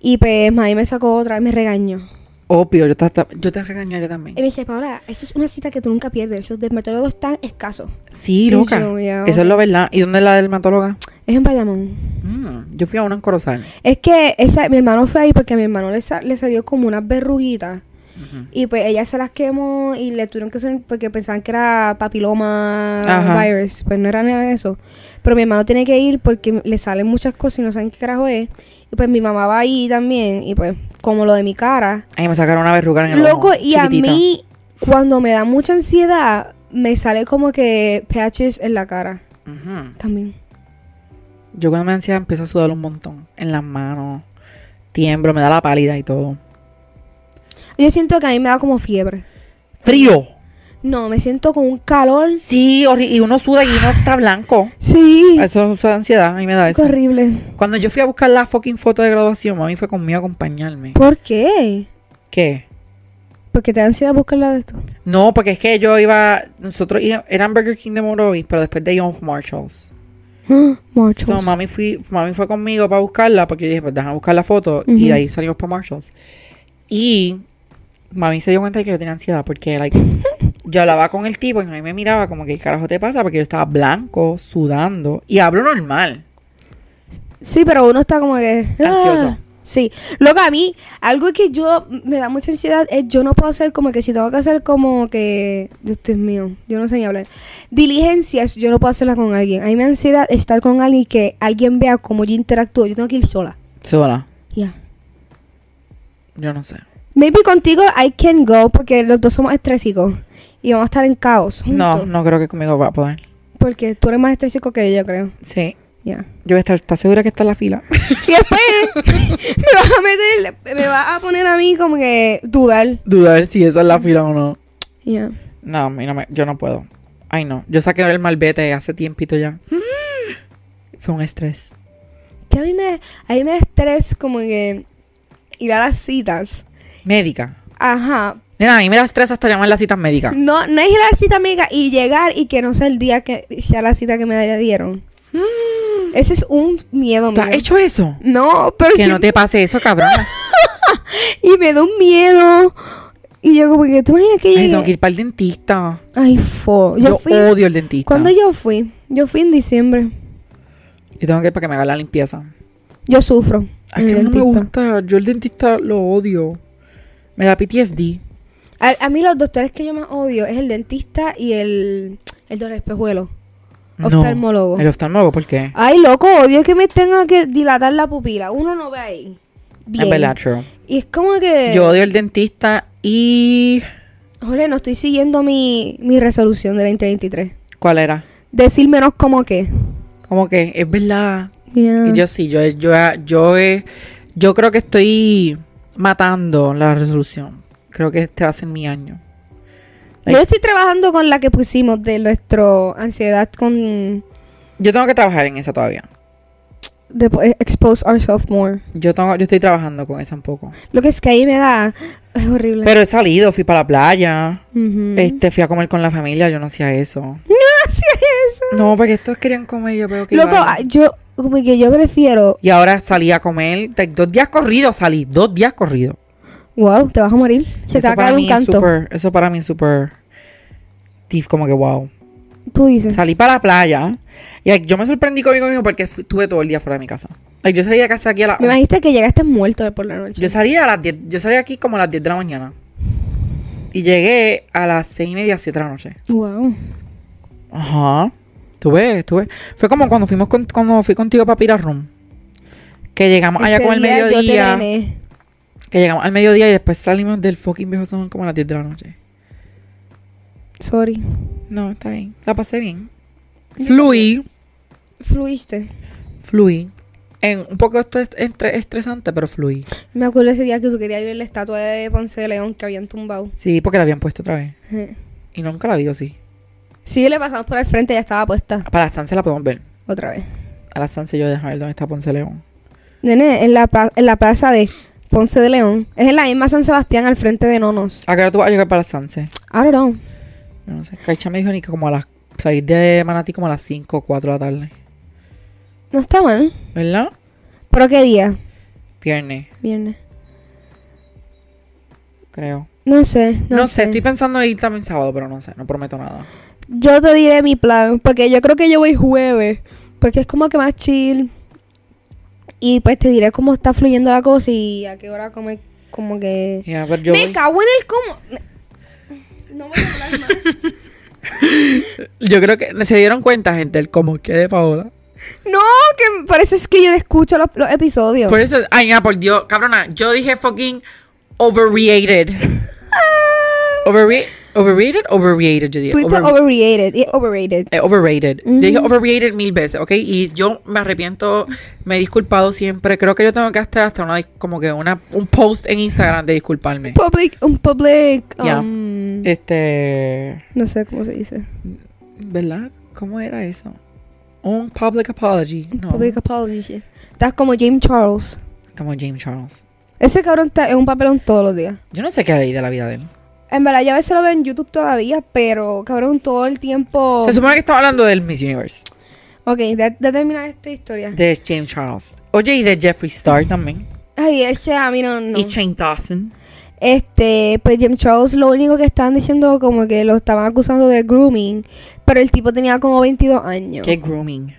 A: y pues Mami me sacó otra y me regañó.
B: Obvio, yo te, yo te regañaré también.
A: Y me dice, Paola, eso es una cita que tú nunca pierdes. Esos dermatólogos están escasos.
B: Sí,
A: Qué
B: loca.
A: lluvia.
B: Eso es lo verdad. ¿Y dónde es la dermatóloga?
A: Es en Bayamón.
B: Mm, yo fui a una en Corozal.
A: Es que esa, mi hermano fue ahí porque a mi hermano le, sa- le salió como unas verruguitas. Y pues ella se las quemó y le tuvieron que hacer porque pensaban que era papiloma
B: Ajá.
A: virus. Pues no era nada de eso. Pero mi hermano tiene que ir porque le salen muchas cosas y no saben qué carajo es. Y pues mi mamá va ahí también. Y pues, como lo de mi cara,
B: Ahí me sacaron una verruga en el
A: Loco,
B: ojo,
A: y a
B: chiquitita.
A: mí, cuando me da mucha ansiedad, me sale como que patches en la cara
B: Ujú.
A: también.
B: Yo cuando me da ansiedad empiezo a sudar un montón. En las manos. Tiemblo, me da la pálida y todo.
A: Yo siento que a mí me da como fiebre.
B: Frío.
A: No, me siento con un calor.
B: Sí, horri- y uno suda y uno está blanco.
A: Sí.
B: Eso es ansiedad, a mí me da
A: Es
B: eso.
A: horrible.
B: Cuando yo fui a buscar la fucking foto de graduación, mami fue conmigo a acompañarme.
A: ¿Por qué?
B: ¿Qué?
A: Porque te da ansiedad buscarla de (gasps) esto.
B: No, porque es que yo iba, nosotros íbamos, eran Burger King de Morovis, pero después de John Marshalls.
A: Muchos.
B: So, mami, fui, mami fue conmigo para buscarla, porque yo dije, pues déjame buscar la foto, y de ahí salimos para Marshalls. Y mami se dio cuenta de que yo tenía ansiedad, porque (laughs) like, yo hablaba con el tipo y mami me miraba como que, ¿qué carajo te pasa? Porque yo estaba blanco, sudando, y hablo normal.
A: Sí, pero uno está como que. ah,
B: Ansioso.
A: Sí. Lo que a mí, algo que yo me da mucha ansiedad es yo no puedo hacer como que si tengo que hacer como que. Dios Dios mío, yo no sé ni hablar. Diligencias, yo no puedo hacerlas con alguien. A mí me da ansiedad estar con alguien y que alguien vea cómo yo interactúo. Yo tengo que ir sola.
B: Sola,
A: Ya.
B: yo no sé.
A: Maybe contigo I can go porque los dos somos estrésicos y vamos a estar en caos.
B: No,
A: juntos.
B: no creo que conmigo va a poder.
A: Porque tú eres más estrésico que yo, yo creo.
B: Sí,
A: Ya.
B: yo voy a estar, ¿estás segura que está en la fila? (laughs)
A: Y después (laughs) me vas a meter, me vas a poner a mí como que dudar.
B: Dudar si esa es la fila o no.
A: Ya.
B: No, a mí no me- yo no puedo. Ay, no. Yo saqué el malvete hace tiempito (gasps) ya. Fue un estrés.
A: Que a mí me, a mí me da estrés como que ir a las citas.
B: Médica.
A: Ajá.
B: Nena, a mí me da estrés hasta llamar las citas médicas.
A: No, no es ir a la cita amiga y llegar y que no sea el día que sea la cita que me
B: (gasps)
A: dieron. Ese es un miedo
B: ¿Tú has
A: mío.
B: hecho eso?
A: No, pero
B: Que
A: sí-
B: no te pase eso, cabrón.
A: y me da un miedo. Y yo como que, ¿tú imaginas que
B: Ay,
A: llegué?
B: tengo que ir para el dentista.
A: Ay, fo. Yo,
B: Yo,
A: fui...
B: odio el dentista.
A: ¿Cuándo yo fui? Yo fui en diciembre.
B: Yo tengo que ir para que me haga la limpieza.
A: Yo sufro.
B: Es
A: en
B: que
A: el
B: no me
A: dentista.
B: gusta. Yo el dentista lo odio. Me da PTSD.
A: A, a mí los doctores que yo más odio es el dentista y el, el del espejuelo.
B: No.
A: Oftalmólogo.
B: ¿El oftalmólogo por qué?
A: Ay, loco, odio que me tenga que dilatar la pupila. Uno no ve ahí. Bien. Eh.
B: Es verdad, true.
A: Y es como que...
B: Yo odio el dentista y...
A: Jole, no estoy siguiendo mi, mi resolución de 2023.
B: ¿Cuál era?
A: Decir menos como que.
B: Como que es verdad.
A: Yeah.
B: Y Yo sí, yo, yo, yo, eh, yo creo que estoy matando la resolución. Creo que este va a ser mi año.
A: Yo estoy trabajando con la que pusimos de nuestro ansiedad con
B: Yo tengo que trabajar en esa todavía.
A: de po- eh, expose ourselves more.
B: Yo, tengo, yo estoy trabajando con esa un poco.
A: Lo que es que ahí me da es horrible.
B: Pero he salido, fui para la playa,
A: Ujú.
B: este, fui a comer con la familia, yo no hacía eso.
A: No (laughs) hacía eso.
B: No, porque estos querían comer, yo creo que
A: Loco,
B: iban.
A: ah, yo como que yo prefiero,
B: Y ahora salí a comer, te- dos días corridos salí, dos días corridos.
A: wow, te vas a morir. Se te va a caer un
B: mí es
A: canto.
B: súper, eso para mí es súper, tif, como que wow.
A: Tú dices.
B: Salí para la playa y like, yo me sorprendí conmigo mismo porque fu- estuve todo el día fuera de mi casa. Like, yo salí de casa aquí a la-
A: Me imaginaste que llegaste muerto por la noche.
B: Yo salí a las 10, yo salí aquí como a las 10 de la mañana. Y llegué a las 6 y media, 7 de la noche.
A: Wow.
B: Ajá. Tuve, estuve. Fue como cuando fuimos con- cuando fui contigo para Pira Room. Que llegamos allá
A: Ese
B: con el
A: día yo te
B: mediodía.
A: drené.
B: Que llegamos al mediodía y después salimos del fucking viejo son como a las 10 de la noche.
A: Sorry.
B: No, está bien. La pasé bien. Fluí.
A: Fluiste.
B: Fluí. En, un poco esto es estre- estresante, pero fluí.
A: Me acuerdo ese día que tú querías ver la estatua de Ponce de León que habían tumbado.
B: Sí, porque la habían puesto otra vez.
A: Ajá.
B: Y nunca la vi, ¿o sí.
A: Sí, le pasamos por el frente, ya estaba puesta
B: Para las 11 la podemos ver.
A: otra vez.
B: A las 11 yo dejo ver dónde está Ponce de León.
A: Nene, en la, pa- en la plaza de Ponce de León. Es en la misma San Sebastián al frente de Nonos.
B: ¿A qué hora tú vas a llegar para las 11?
A: I don't know.
B: Yo no sé. Caicha me dijo ni que como a las 6 de Manatí, como a las 5 o 4 de la tarde.
A: No está mal.
B: ¿Verdad?
A: ¿Pero qué día?
B: Viernes,
A: Viernes.
B: creo.
A: No sé.
B: No,
A: No,
B: sé. estoy pensando en ir también sábado, pero no sé, no prometo nada.
A: Yo te diré mi plan. Porque yo creo que yo voy jueves. Porque es como que más chill. Y pues te diré cómo está fluyendo la cosa y a qué hora come, como que.
B: Ya, pero yo,
A: Me
B: voy-
A: cago en el cómo. No voy a hablar más. (laughs)
B: yo creo que se dieron cuenta, gente, el cómo que de Paola.
A: No, que parece es que yo no escucho los, los episodios.
B: Por eso, ay, ya,
A: (laughs)
B: por Dios, cabrona, yo dije fucking overrated. Overrated. Overrated, overrated, yo diría.
A: Twitter
B: Over-
A: overrated. y- Overrated.
B: eh, overrated. Yo
A: Ujú.
B: dije overrated mil veces, ¿ok? Y yo me arrepiento, me he disculpado siempre. Creo que yo tengo que hacer hasta una, como que una, un post en Instagram de disculparme.
A: Public, un public.
B: Ya.
A: um,
B: Este.
A: No sé cómo se dice.
B: ¿Verdad? ¿Cómo era eso? Un public apology. No.
A: Public apology. shit. Estás como James Charles.
B: Como James Charles.
A: Ese cabrón está en un papelón todos los días.
B: Yo no sé qué leí de la vida de él.
A: En verdad, yo a veces lo veo en YouTube todavía, pero cabrón, todo el tiempo.
B: Se supone que estaba hablando del Miss Universe.
A: Ok, ya ya termina esta historia.
B: De James Charles. Oye, y de Jeffree Star también.
A: Ay, ese a mí no. no.
B: Y Shane Dawson.
A: Este, pues James Charles lo único que estaban diciendo como que lo estaban acusando de grooming, pero el tipo tenía como 22 años.
B: Qué grooming.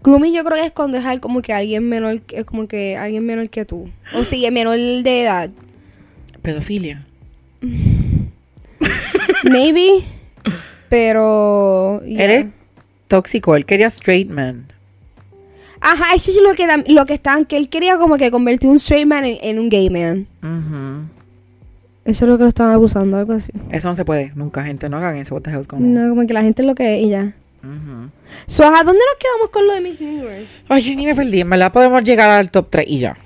A: Grooming yo creo que es cuando dejar como que alguien menor, que- como que alguien menor que tú. O si es menor de
B: (laughs)
A: edad.
B: Pedofilia.
A: Maybe, pero... yeah.
B: Él es tóxico. Él quería straight man.
A: Ajá, eso es lo que, tam- lo que estaban, que él quería como que convertir un straight man en, en un gay man.
B: Ujú.
A: Eso es lo que lo estaban acusando, algo así.
B: Eso no se puede, nunca, gente. No hagan eso. What the hell is going on?
A: No, como que la gente es lo que es y ya.
B: Ujú.
A: So, ajá, ¿dónde nos quedamos con lo de Miss Universe?
B: Ay, yo ni me perdí. En verdad podemos llegar al top 3 y ya.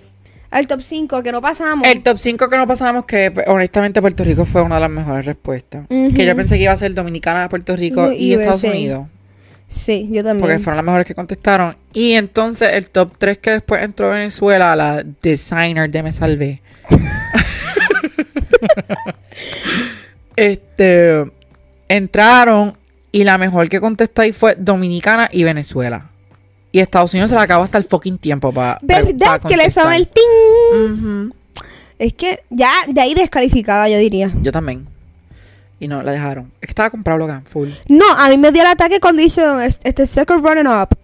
A: Al top 5, que no pasamos.
B: El top 5 que no pasamos, que pues, honestamente Puerto Rico fue una de las mejores respuestas.
A: Ujú.
B: Que yo pensé que iba a ser Dominicana, Puerto Rico y,
A: Y USA.
B: Estados Unidos.
A: Sí, yo también.
B: Porque fueron las mejores que contestaron. Y entonces el top 3 que después entró Venezuela, la designer de Me Salvé.
A: (laughs)
B: este. Entraron y la mejor que contestó ahí fue Dominicana y Venezuela. Y Estados Unidos se la acabó hasta el fucking tiempo para.
A: ¿Verdad que le son el ting? Es que ya de ahí descalificada, yo diría.
B: Yo también. Y no, la dejaron. Es que estaba con Pablo Gan, full.
A: No, a mí me dio el ataque cuando hizo es- este second running up.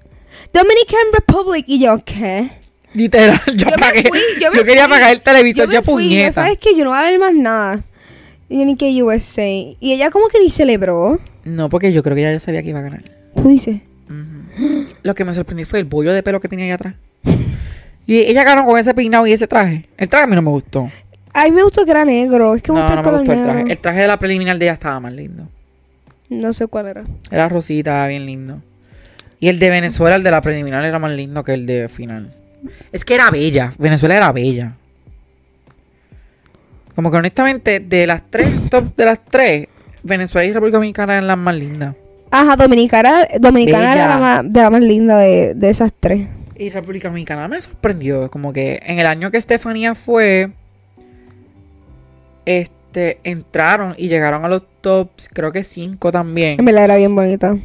A: Dominican Republic. Y yo, ¿qué?
B: Literal, (laughs) yo,
A: me
B: apagué.
A: fui, yo me
B: yo quería
A: fui.
B: apagar el televisor, yo,
A: me fui, yo,
B: puñeta.
A: ¿Sabes que Yo no voy a ver más nada. Y yo ni que USA. Y ella como que ni celebró.
B: No, porque yo creo que ella ya sabía que iba a ganar.
A: Tú dices.
B: Ujú. Lo que me sorprendió fue el bollo de pelo que tenía ahí atrás. Y ella ganó con ese peinado y ese traje. El traje a mí no me gustó.
A: A mí me gustó que era negro. Es que me
B: No,
A: gusta
B: no
A: el
B: me
A: color
B: gustó el traje.
A: negro.
B: El traje de la preliminar de ella estaba más lindo.
A: No sé cuál era.
B: Era rosita, bien lindo. Y el de Venezuela, el de la preliminar, era más lindo que el de final. Es que era bella. Venezuela era bella. Como que honestamente, de las tres, top de las tres, Venezuela y República Dominicana eran las más lindas.
A: Ajá, Dominicana, Dominicana
B: Bella.
A: era la más, de la más linda de, de esas tres.
B: Y República Dominicana me sorprendió. Como que en el año que Estefanía fue, este, entraron y llegaron a los tops, creo que cinco también.
A: En verdad era bien bonita.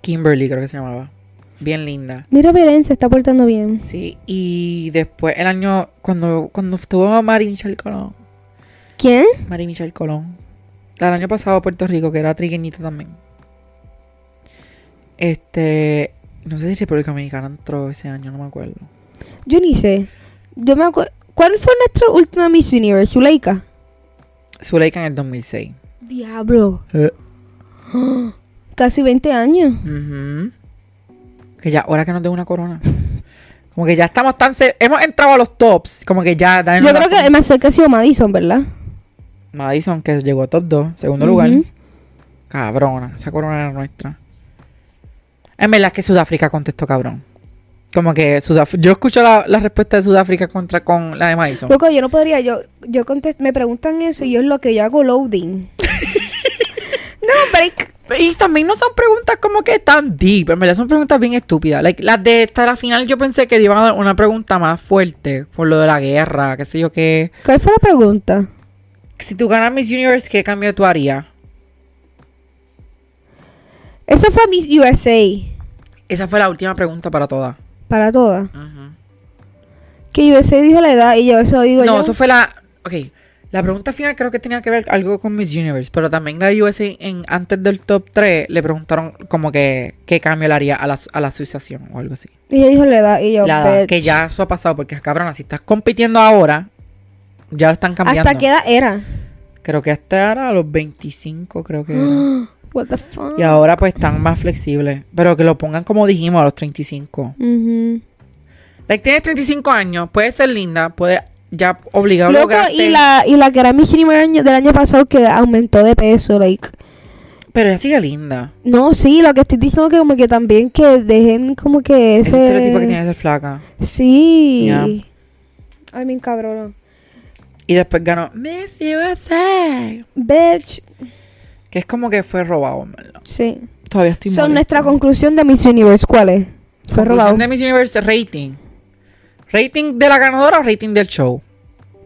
B: Kimberly, creo que se llamaba. Bien linda.
A: Mira, Belén se está portando bien.
B: Sí, y después el año, cuando, cuando estuvo Mari Michelle Colón,
A: ¿Quién?
B: Mari Michelle Colón, el año pasado a Puerto Rico, que era trigueñito también. Este, no sé si República Dominicana entró ese año, no me acuerdo.
A: Yo ni sé. Yo me acuerdo. ¿Cuál fue nuestra última Miss Universe? Zuleika.
B: Zuleika en el 2006.
A: Diablo.
B: Eh.
A: Casi 20 años.
B: Ujú. Que ya, ahora que nos dé una corona. (laughs) Como que ya estamos tan cer- Hemos entrado a los tops. Como que ya.
A: Yo creo que el más cerca ha sido Madison, ¿verdad?
B: Madison, que llegó a top 2, segundo
A: Ujú.
B: lugar. Cabrona, esa corona era nuestra. En verdad que Sudáfrica contestó cabrón. Como que Sudáf- yo escucho la, la respuesta de Sudáfrica contra con la de Madison.
A: Loco, yo no podría, yo, yo contest- me preguntan eso y yo es lo que yo hago loading. no, break.
B: Y también no son preguntas como que tan deep, en verdad son preguntas bien estúpidas. Like, las de esta, la final yo pensé que le iban a dar una pregunta más fuerte por lo de la guerra, qué sé yo qué.
A: ¿Cuál fue la pregunta?
B: Si tú ganas Miss Universe, ¿qué cambio tú harías?
A: Esa fue Miss USA.
B: Esa fue la última pregunta para todas.
A: Para todas.
B: Ujú.
A: Que USA dijo la edad y yo eso digo
B: No,
A: yo.
B: eso fue la. Ok. La pregunta final creo que tenía que ver algo con Miss Universe, pero también la USA en, antes del top 3 le preguntaron como que qué cambio le haría a la, a la asociación o algo así.
A: Y ella dijo la edad y yo.
B: La edad,
A: bitch.
B: que ya eso ha pasado, porque ah, cabrona, si estás compitiendo ahora, ya lo están cambiando.
A: ¿Hasta qué edad era?
B: Creo que hasta era a los 25, creo que. era.
A: (gasps) What the fuck?
B: y ahora pues están más flexibles, pero que lo pongan como dijimos a los 35.
A: Ujú.
B: Like, tienes 35 años, puedes ser linda, puedes ya obligado
A: Loco,
B: lograste-
A: y la, y la que era mi Shinima del año, del año pasado que aumentó de peso, like.
B: Pero ella sigue linda.
A: No, sí, lo que estoy diciendo que como que también que dejen como que
B: Ese
A: ese...
B: estereotipo este que tiene de ser flaca.
A: Sí.
B: Ya.
A: Ay, me encabrona.
B: Y después ganó Miss USA.
A: Bitch.
B: Que es como que fue robado, en ¿verdad?
A: Sí.
B: Todavía estoy
A: Son
B: molesta.
A: nuestra conclusión de Miss Universe, ¿cuál es? Fue
B: Conclusión
A: robado.
B: de Miss Universe rating. ¿Rating de la ganadora o rating del show?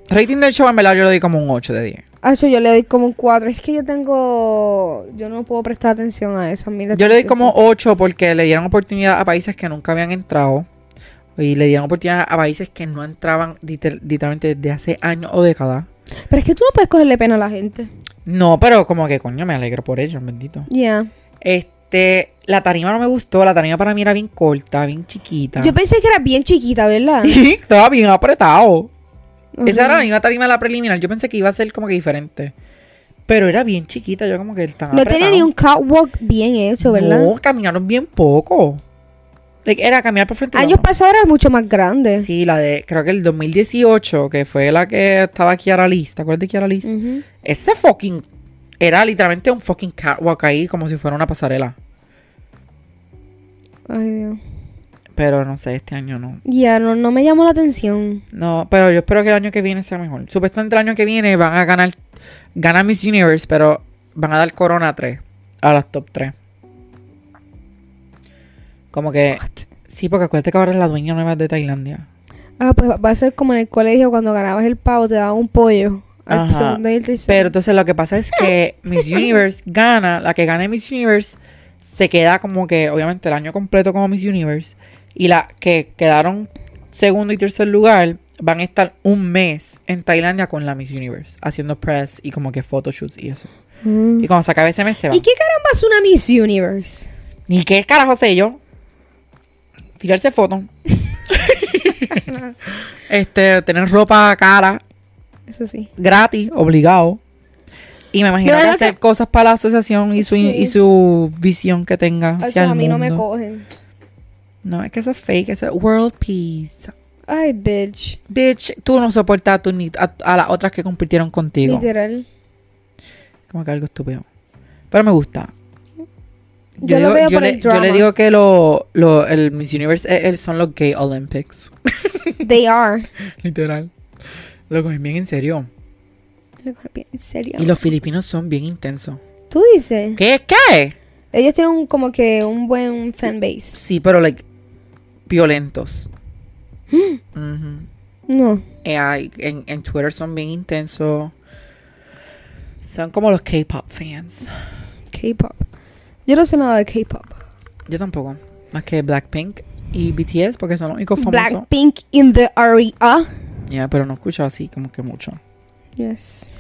B: Rating del show, en verdad, yo le doy como un 8 de 10.
A: Acho, Ah, yo le doy como un 4. Es que yo tengo... Yo no puedo prestar atención a esas miles
B: Yo le doy
A: de-
B: como 8 porque le dieron oportunidad a países que nunca habían entrado. Y le dieron oportunidad a países que no entraban liter- literalmente desde hace años o décadas.
A: Pero es que tú no puedes cogerle pena a la gente.
B: No, pero como que coño, me alegro por ellos, bendito.
A: Yeah.
B: Este, la tarima no me gustó. La tarima para mí era bien corta, bien chiquita.
A: Yo pensé que era bien chiquita, ¿verdad?
B: Sí, (laughs) estaba bien apretado.
A: Ajá.
B: Esa era la misma tarima de la preliminar. Yo pensé que iba a ser como que diferente. Pero era bien chiquita. Yo como que tan
A: No
B: apretado.
A: tenía ni un catwalk bien hecho, ¿verdad?
B: No, caminaron bien poco. Like, era caminar por frente. y
A: Años
B: vámonos.
A: pasados era mucho más grande.
B: Sí, la de, creo que el 2018, que fue la que estaba Kiara Liz. ¿Te acuerdas de Kiara Liz?
A: Ujú.
B: Ese fucking, era literalmente un fucking catwalk ahí, como si fuera una pasarela.
A: Ay, Dios.
B: Pero no sé, este año no.
A: Ya, no, no me llamó la atención.
B: No, pero yo espero que el año que viene sea mejor. Supuestamente el año que viene van a ganar, gana Miss Universe, pero van a dar Corona 3 a las top 3. Como que... Sí, porque acuérdate que ahora es la dueña nueva de Tailandia.
A: Ah, pues va a ser como en el colegio cuando ganabas el pavo, te daban un pollo. Al
B: Ajá.
A: segundo y el
B: Pero
A: tercero.
B: entonces lo que pasa es que
A: (laughs)
B: Miss Universe gana, la que gane Miss Universe se queda como que, obviamente, el año completo como Miss Universe. Y la que quedaron segundo y tercer lugar van a estar un mes en Tailandia con la Miss Universe, haciendo press y como que photoshoots y eso.
A: Mm.
B: Y cuando se acabe ese mes se van.
A: ¿Y qué caramba es una Miss Universe?
B: ¿Y qué carajo sé yo? Tirarse fotos.
A: (laughs)
B: (laughs) este, tener ropa cara
A: Eso sí.
B: gratis, obligado. Y me imagino
A: Yo
B: que
A: creo
B: hacer
A: que-
B: cosas para la asociación y su,
A: Sí.
B: y su visión que tenga.
A: Ay,
B: hacia el
A: a mí no me
B: mundo.
A: cogen.
B: No, es que eso es fake, eso es world peace.
A: Ay, bitch.
B: Bitch, tú no soportas a, tu ni- a- a las otras que compitieron contigo.
A: Literal.
B: Como que algo estúpido. Pero me gusta. Yo,
A: Yo lo
B: digo-
A: veo
B: yo
A: por
B: le,
A: el
B: yo le
A: drama.
B: digo que lo, lo- el Miss Universe eh, eh, son los Gay Olympics. (laughs)
A: They are.
B: Literal. Lo cogen bien en serio.
A: Lo cogí bien, En serio.
B: Y los filipinos son bien intensos.
A: Tú dices.
B: ¿Qué? ¿Qué?
A: Ellos tienen un- como que un buen fanbase.
B: Sí, pero like
A: (gasps)
B: violentos. Mm-hmm. Ujú.
A: No.
B: Eh, ay, en, en Twitter son bien intensos. Son como los K-pop fans.
A: K-pop. Yo no sé nada de K-pop.
B: Yo tampoco. Más que Blackpink y BTS porque son los únicos famosos.
A: Blackpink in the area.
B: Ya, pero no escucho así como que mucho.
A: Yes.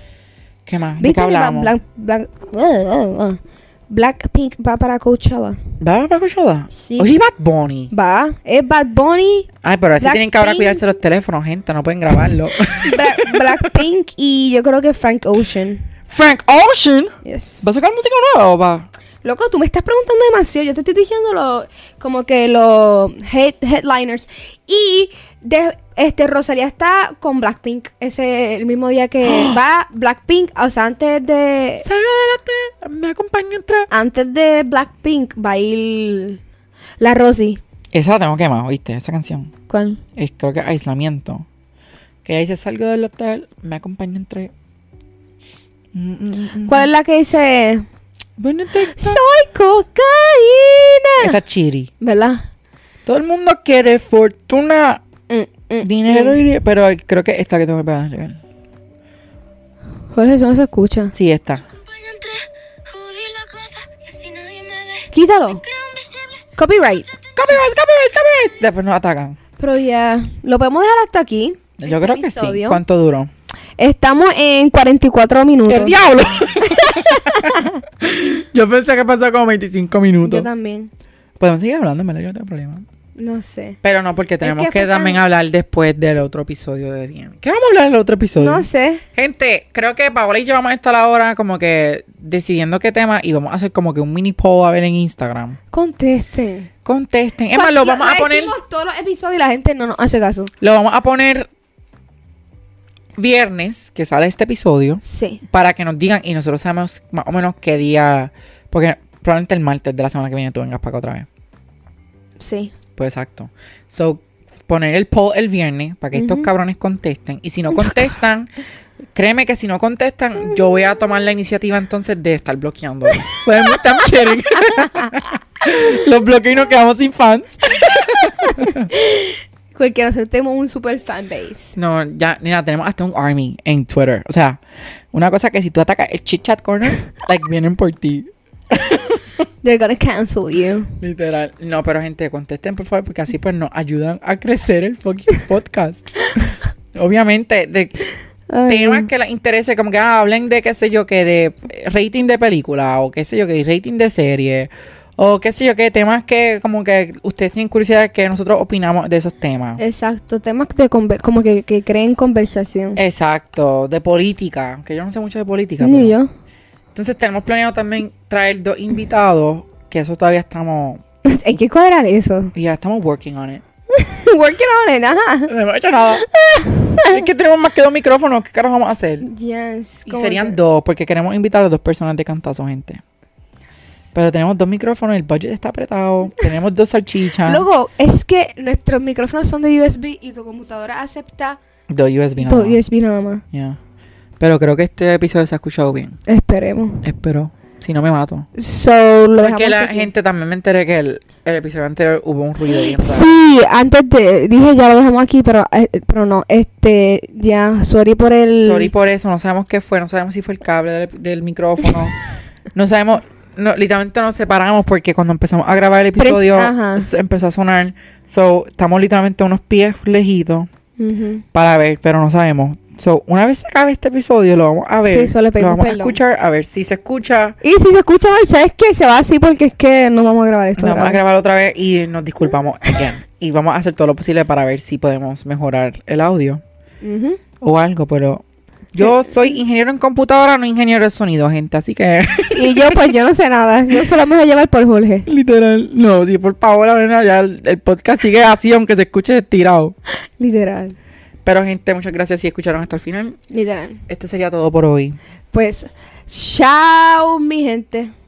B: ¿Qué más? ¿De
A: ¿Viste
B: qué
A: que va
B: hablamos?
A: Black, Black- uh, uh, uh. Blackpink va para Coachella?
B: ¿Va a escuchar?
A: Sí.
B: Oye, Bad Bunny.
A: Va. Es Bad Bunny,
B: Ay, pero así tienen que ahora
A: Blackpink.
B: cuidarse los teléfonos, gente. No pueden grabarlo.
A: (laughs) Bla- Blackpink y yo creo que Frank Ocean.
B: Frank Ocean.
A: Yes.
B: ¿Va a sacar música nueva o va?
A: Loco, tú me estás preguntando demasiado. Yo te estoy diciendo lo, como que los head- headliners. Y de, este Rosalía está con Blackpink. Ese el mismo día
B: (gasps)
A: que va Blackpink. O sea, antes de.
B: Salgo adelante. Me acompaña entre.
A: Antes de Blackpink va a ir la Rosy.
B: Esa la tengo quemada, ¿oíste? Esa canción.
A: ¿Cuál?
B: es creo que aislamiento. Que ahí se salgo del hotel, me acompaña entre. Mm, mm, mm.
A: ¿Cuál es la que dice?
B: Bueno, te-
A: Soy cocaína.
B: Esa chiri.
A: ¿Verdad?
B: Todo el mundo quiere fortuna,
A: Mm, mm,
B: dinero, y... pero creo que esta que tengo que pegar.
A: mm. Jorge, eso no se escucha.
B: Sí, esta.
C: acompaño entre judí la cosa y así nadie me ve.
A: Quítalo.
C: Creo invisible.
A: Copyright.
B: Copyright, copyright, copyright. Después nos atacan.
A: Pero ya, lo podemos dejar hasta aquí.
B: Yo
A: Este
B: creo que sí.
A: episodio.
B: ¿Cuánto duró?
A: Estamos en 44 minutos.
B: ¡El diablo! (laughs) yo pensé que pasó como 25
A: Yo
B: minutos.
A: también.
B: Podemos seguir hablando, me yo no tengo problema.
A: No sé.
B: Pero no, porque tenemos
A: que
B: que,
A: fue tan-
B: también hablar después del otro episodio de Bien. ¿Qué vamos a hablar del otro episodio?
A: No sé.
B: Gente, creo que Paola y yo vamos a estar ahora como que decidiendo qué tema y vamos a hacer como que un mini poll a ver en Instagram.
A: Contesten.
B: Contesten. Es más, lo
A: Cuando-
B: vamos a
A: ya
B: poner.
A: hicimos todos los episodios y la gente no nos hace caso.
B: Lo vamos a poner viernes que sale este episodio
A: Sí.
B: para que nos digan y nosotros sabemos más o menos qué día. Porque probablemente el martes de la semana que viene tú vengas para acá otra vez.
A: Sí.
B: Pues exacto. So, poner el poll el viernes para que estos cabrones contesten. Y si no contestan, créeme que si no contestan, yo voy a tomar la iniciativa entonces de estar bloqueando. Pues me están quieren. Los bloqueo y nos quedamos sin fans.
A: Porque nosotros tenemos un super fanbase.
B: No, ya, mira, tenemos hasta un army en Twitter. O sea, una cosa que si tú atacas el chit chat corner, like vienen por ti.
A: They're gonna cancel you.
B: Literal. No, pero gente, contesten por favor, porque así pues nos ayudan a crecer el fucking podcast. Obviamente, de
A: Ay,
B: temas
A: no.
B: que les interese, como que ah, hablen de qué sé yo, que de eh, rating de película, o qué sé yo, que rating de serie, o qué sé yo, que temas que como que ustedes tienen curiosidad que nosotros opinamos de esos temas.
A: Eh. Exacto, temas de conver- como que, que creen conversación.
B: Eh, Exacto, de política, que yo no sé mucho de política. pero-
A: Ni yo.
B: Entonces tenemos planeado también traer dos invitados, que eso todavía estamos,
A: (laughs) Hay que cuadrar
B: (laughs)
A: eso.
B: ya estamos working on it.
A: Working on it, ajá.
B: No hemos hecho
A: (laughs)
B: nada. es que tenemos más que dos micrófonos. ¿Qué carajo vamos a hacer?
A: Yes.
B: Y
A: como
B: serían
A: que-
B: dos, porque queremos invitar a dos personas de cantazo, gente. Pero tenemos dos micrófonos, el budget
A: (laughs)
B: está apretado. Tenemos dos salchichas.
A: Luego, es que nuestros micrófonos son de USB y tu computadora acepta
B: dos USB nada
A: todo
B: más.
A: USB nada más.
B: Yeah. Pero creo que este episodio se ha escuchado bien.
A: Esperemos.
B: Espero. Si no me mato.
A: So, lo
B: Porque
A: dejamos
B: la
A: aquí.
B: gente también me enteré que el, el episodio anterior hubo un ruido bien raro.
A: Sí, antes de, dije ya lo dejamos aquí, pero, eh, pero no, este, ya, sorry por el...
B: Sorry por eso, no sabemos qué fue, no sabemos si fue el cable del,
A: (laughs)
B: del micrófono. no sabemos, no, literalmente nos separamos porque cuando empezamos a grabar el
A: Pres-
B: episodio
A: ajá.
B: s- empezó a sonar. So, estamos literalmente unos pies lejitos
A: Ujú.
B: para ver, pero no sabemos. So, una vez se acabe este episodio, lo vamos a ver.
A: Sí, solo le
B: lo
A: pedimos
B: vamos a
A: perdón.
B: escuchar, a ver si se escucha.
A: Y si se escucha mal, ¿sabes qué? Se va así porque es que no vamos a grabar esto.
B: Lo vamos a
A: ¿verdad?
B: grabar otra vez y nos disculpamos again. y vamos a hacer todo lo posible para ver si podemos mejorar el audio.
A: Ujú.
B: o algo, pero yo soy ingeniero en computadora, no ingeniero de sonido, gente, así que (laughs)
A: Y yo, pues yo no sé nada, yo solo me voy a llevar por Jorge.
B: literal, no, si por favor, nena, ya el, el podcast sigue así aunque se escuche estirado.
A: Literal.
B: Pero gente, muchas gracias si escucharon hasta el final.
A: Literal.
B: Este sería todo por hoy.
A: Pues, chao, mi gente.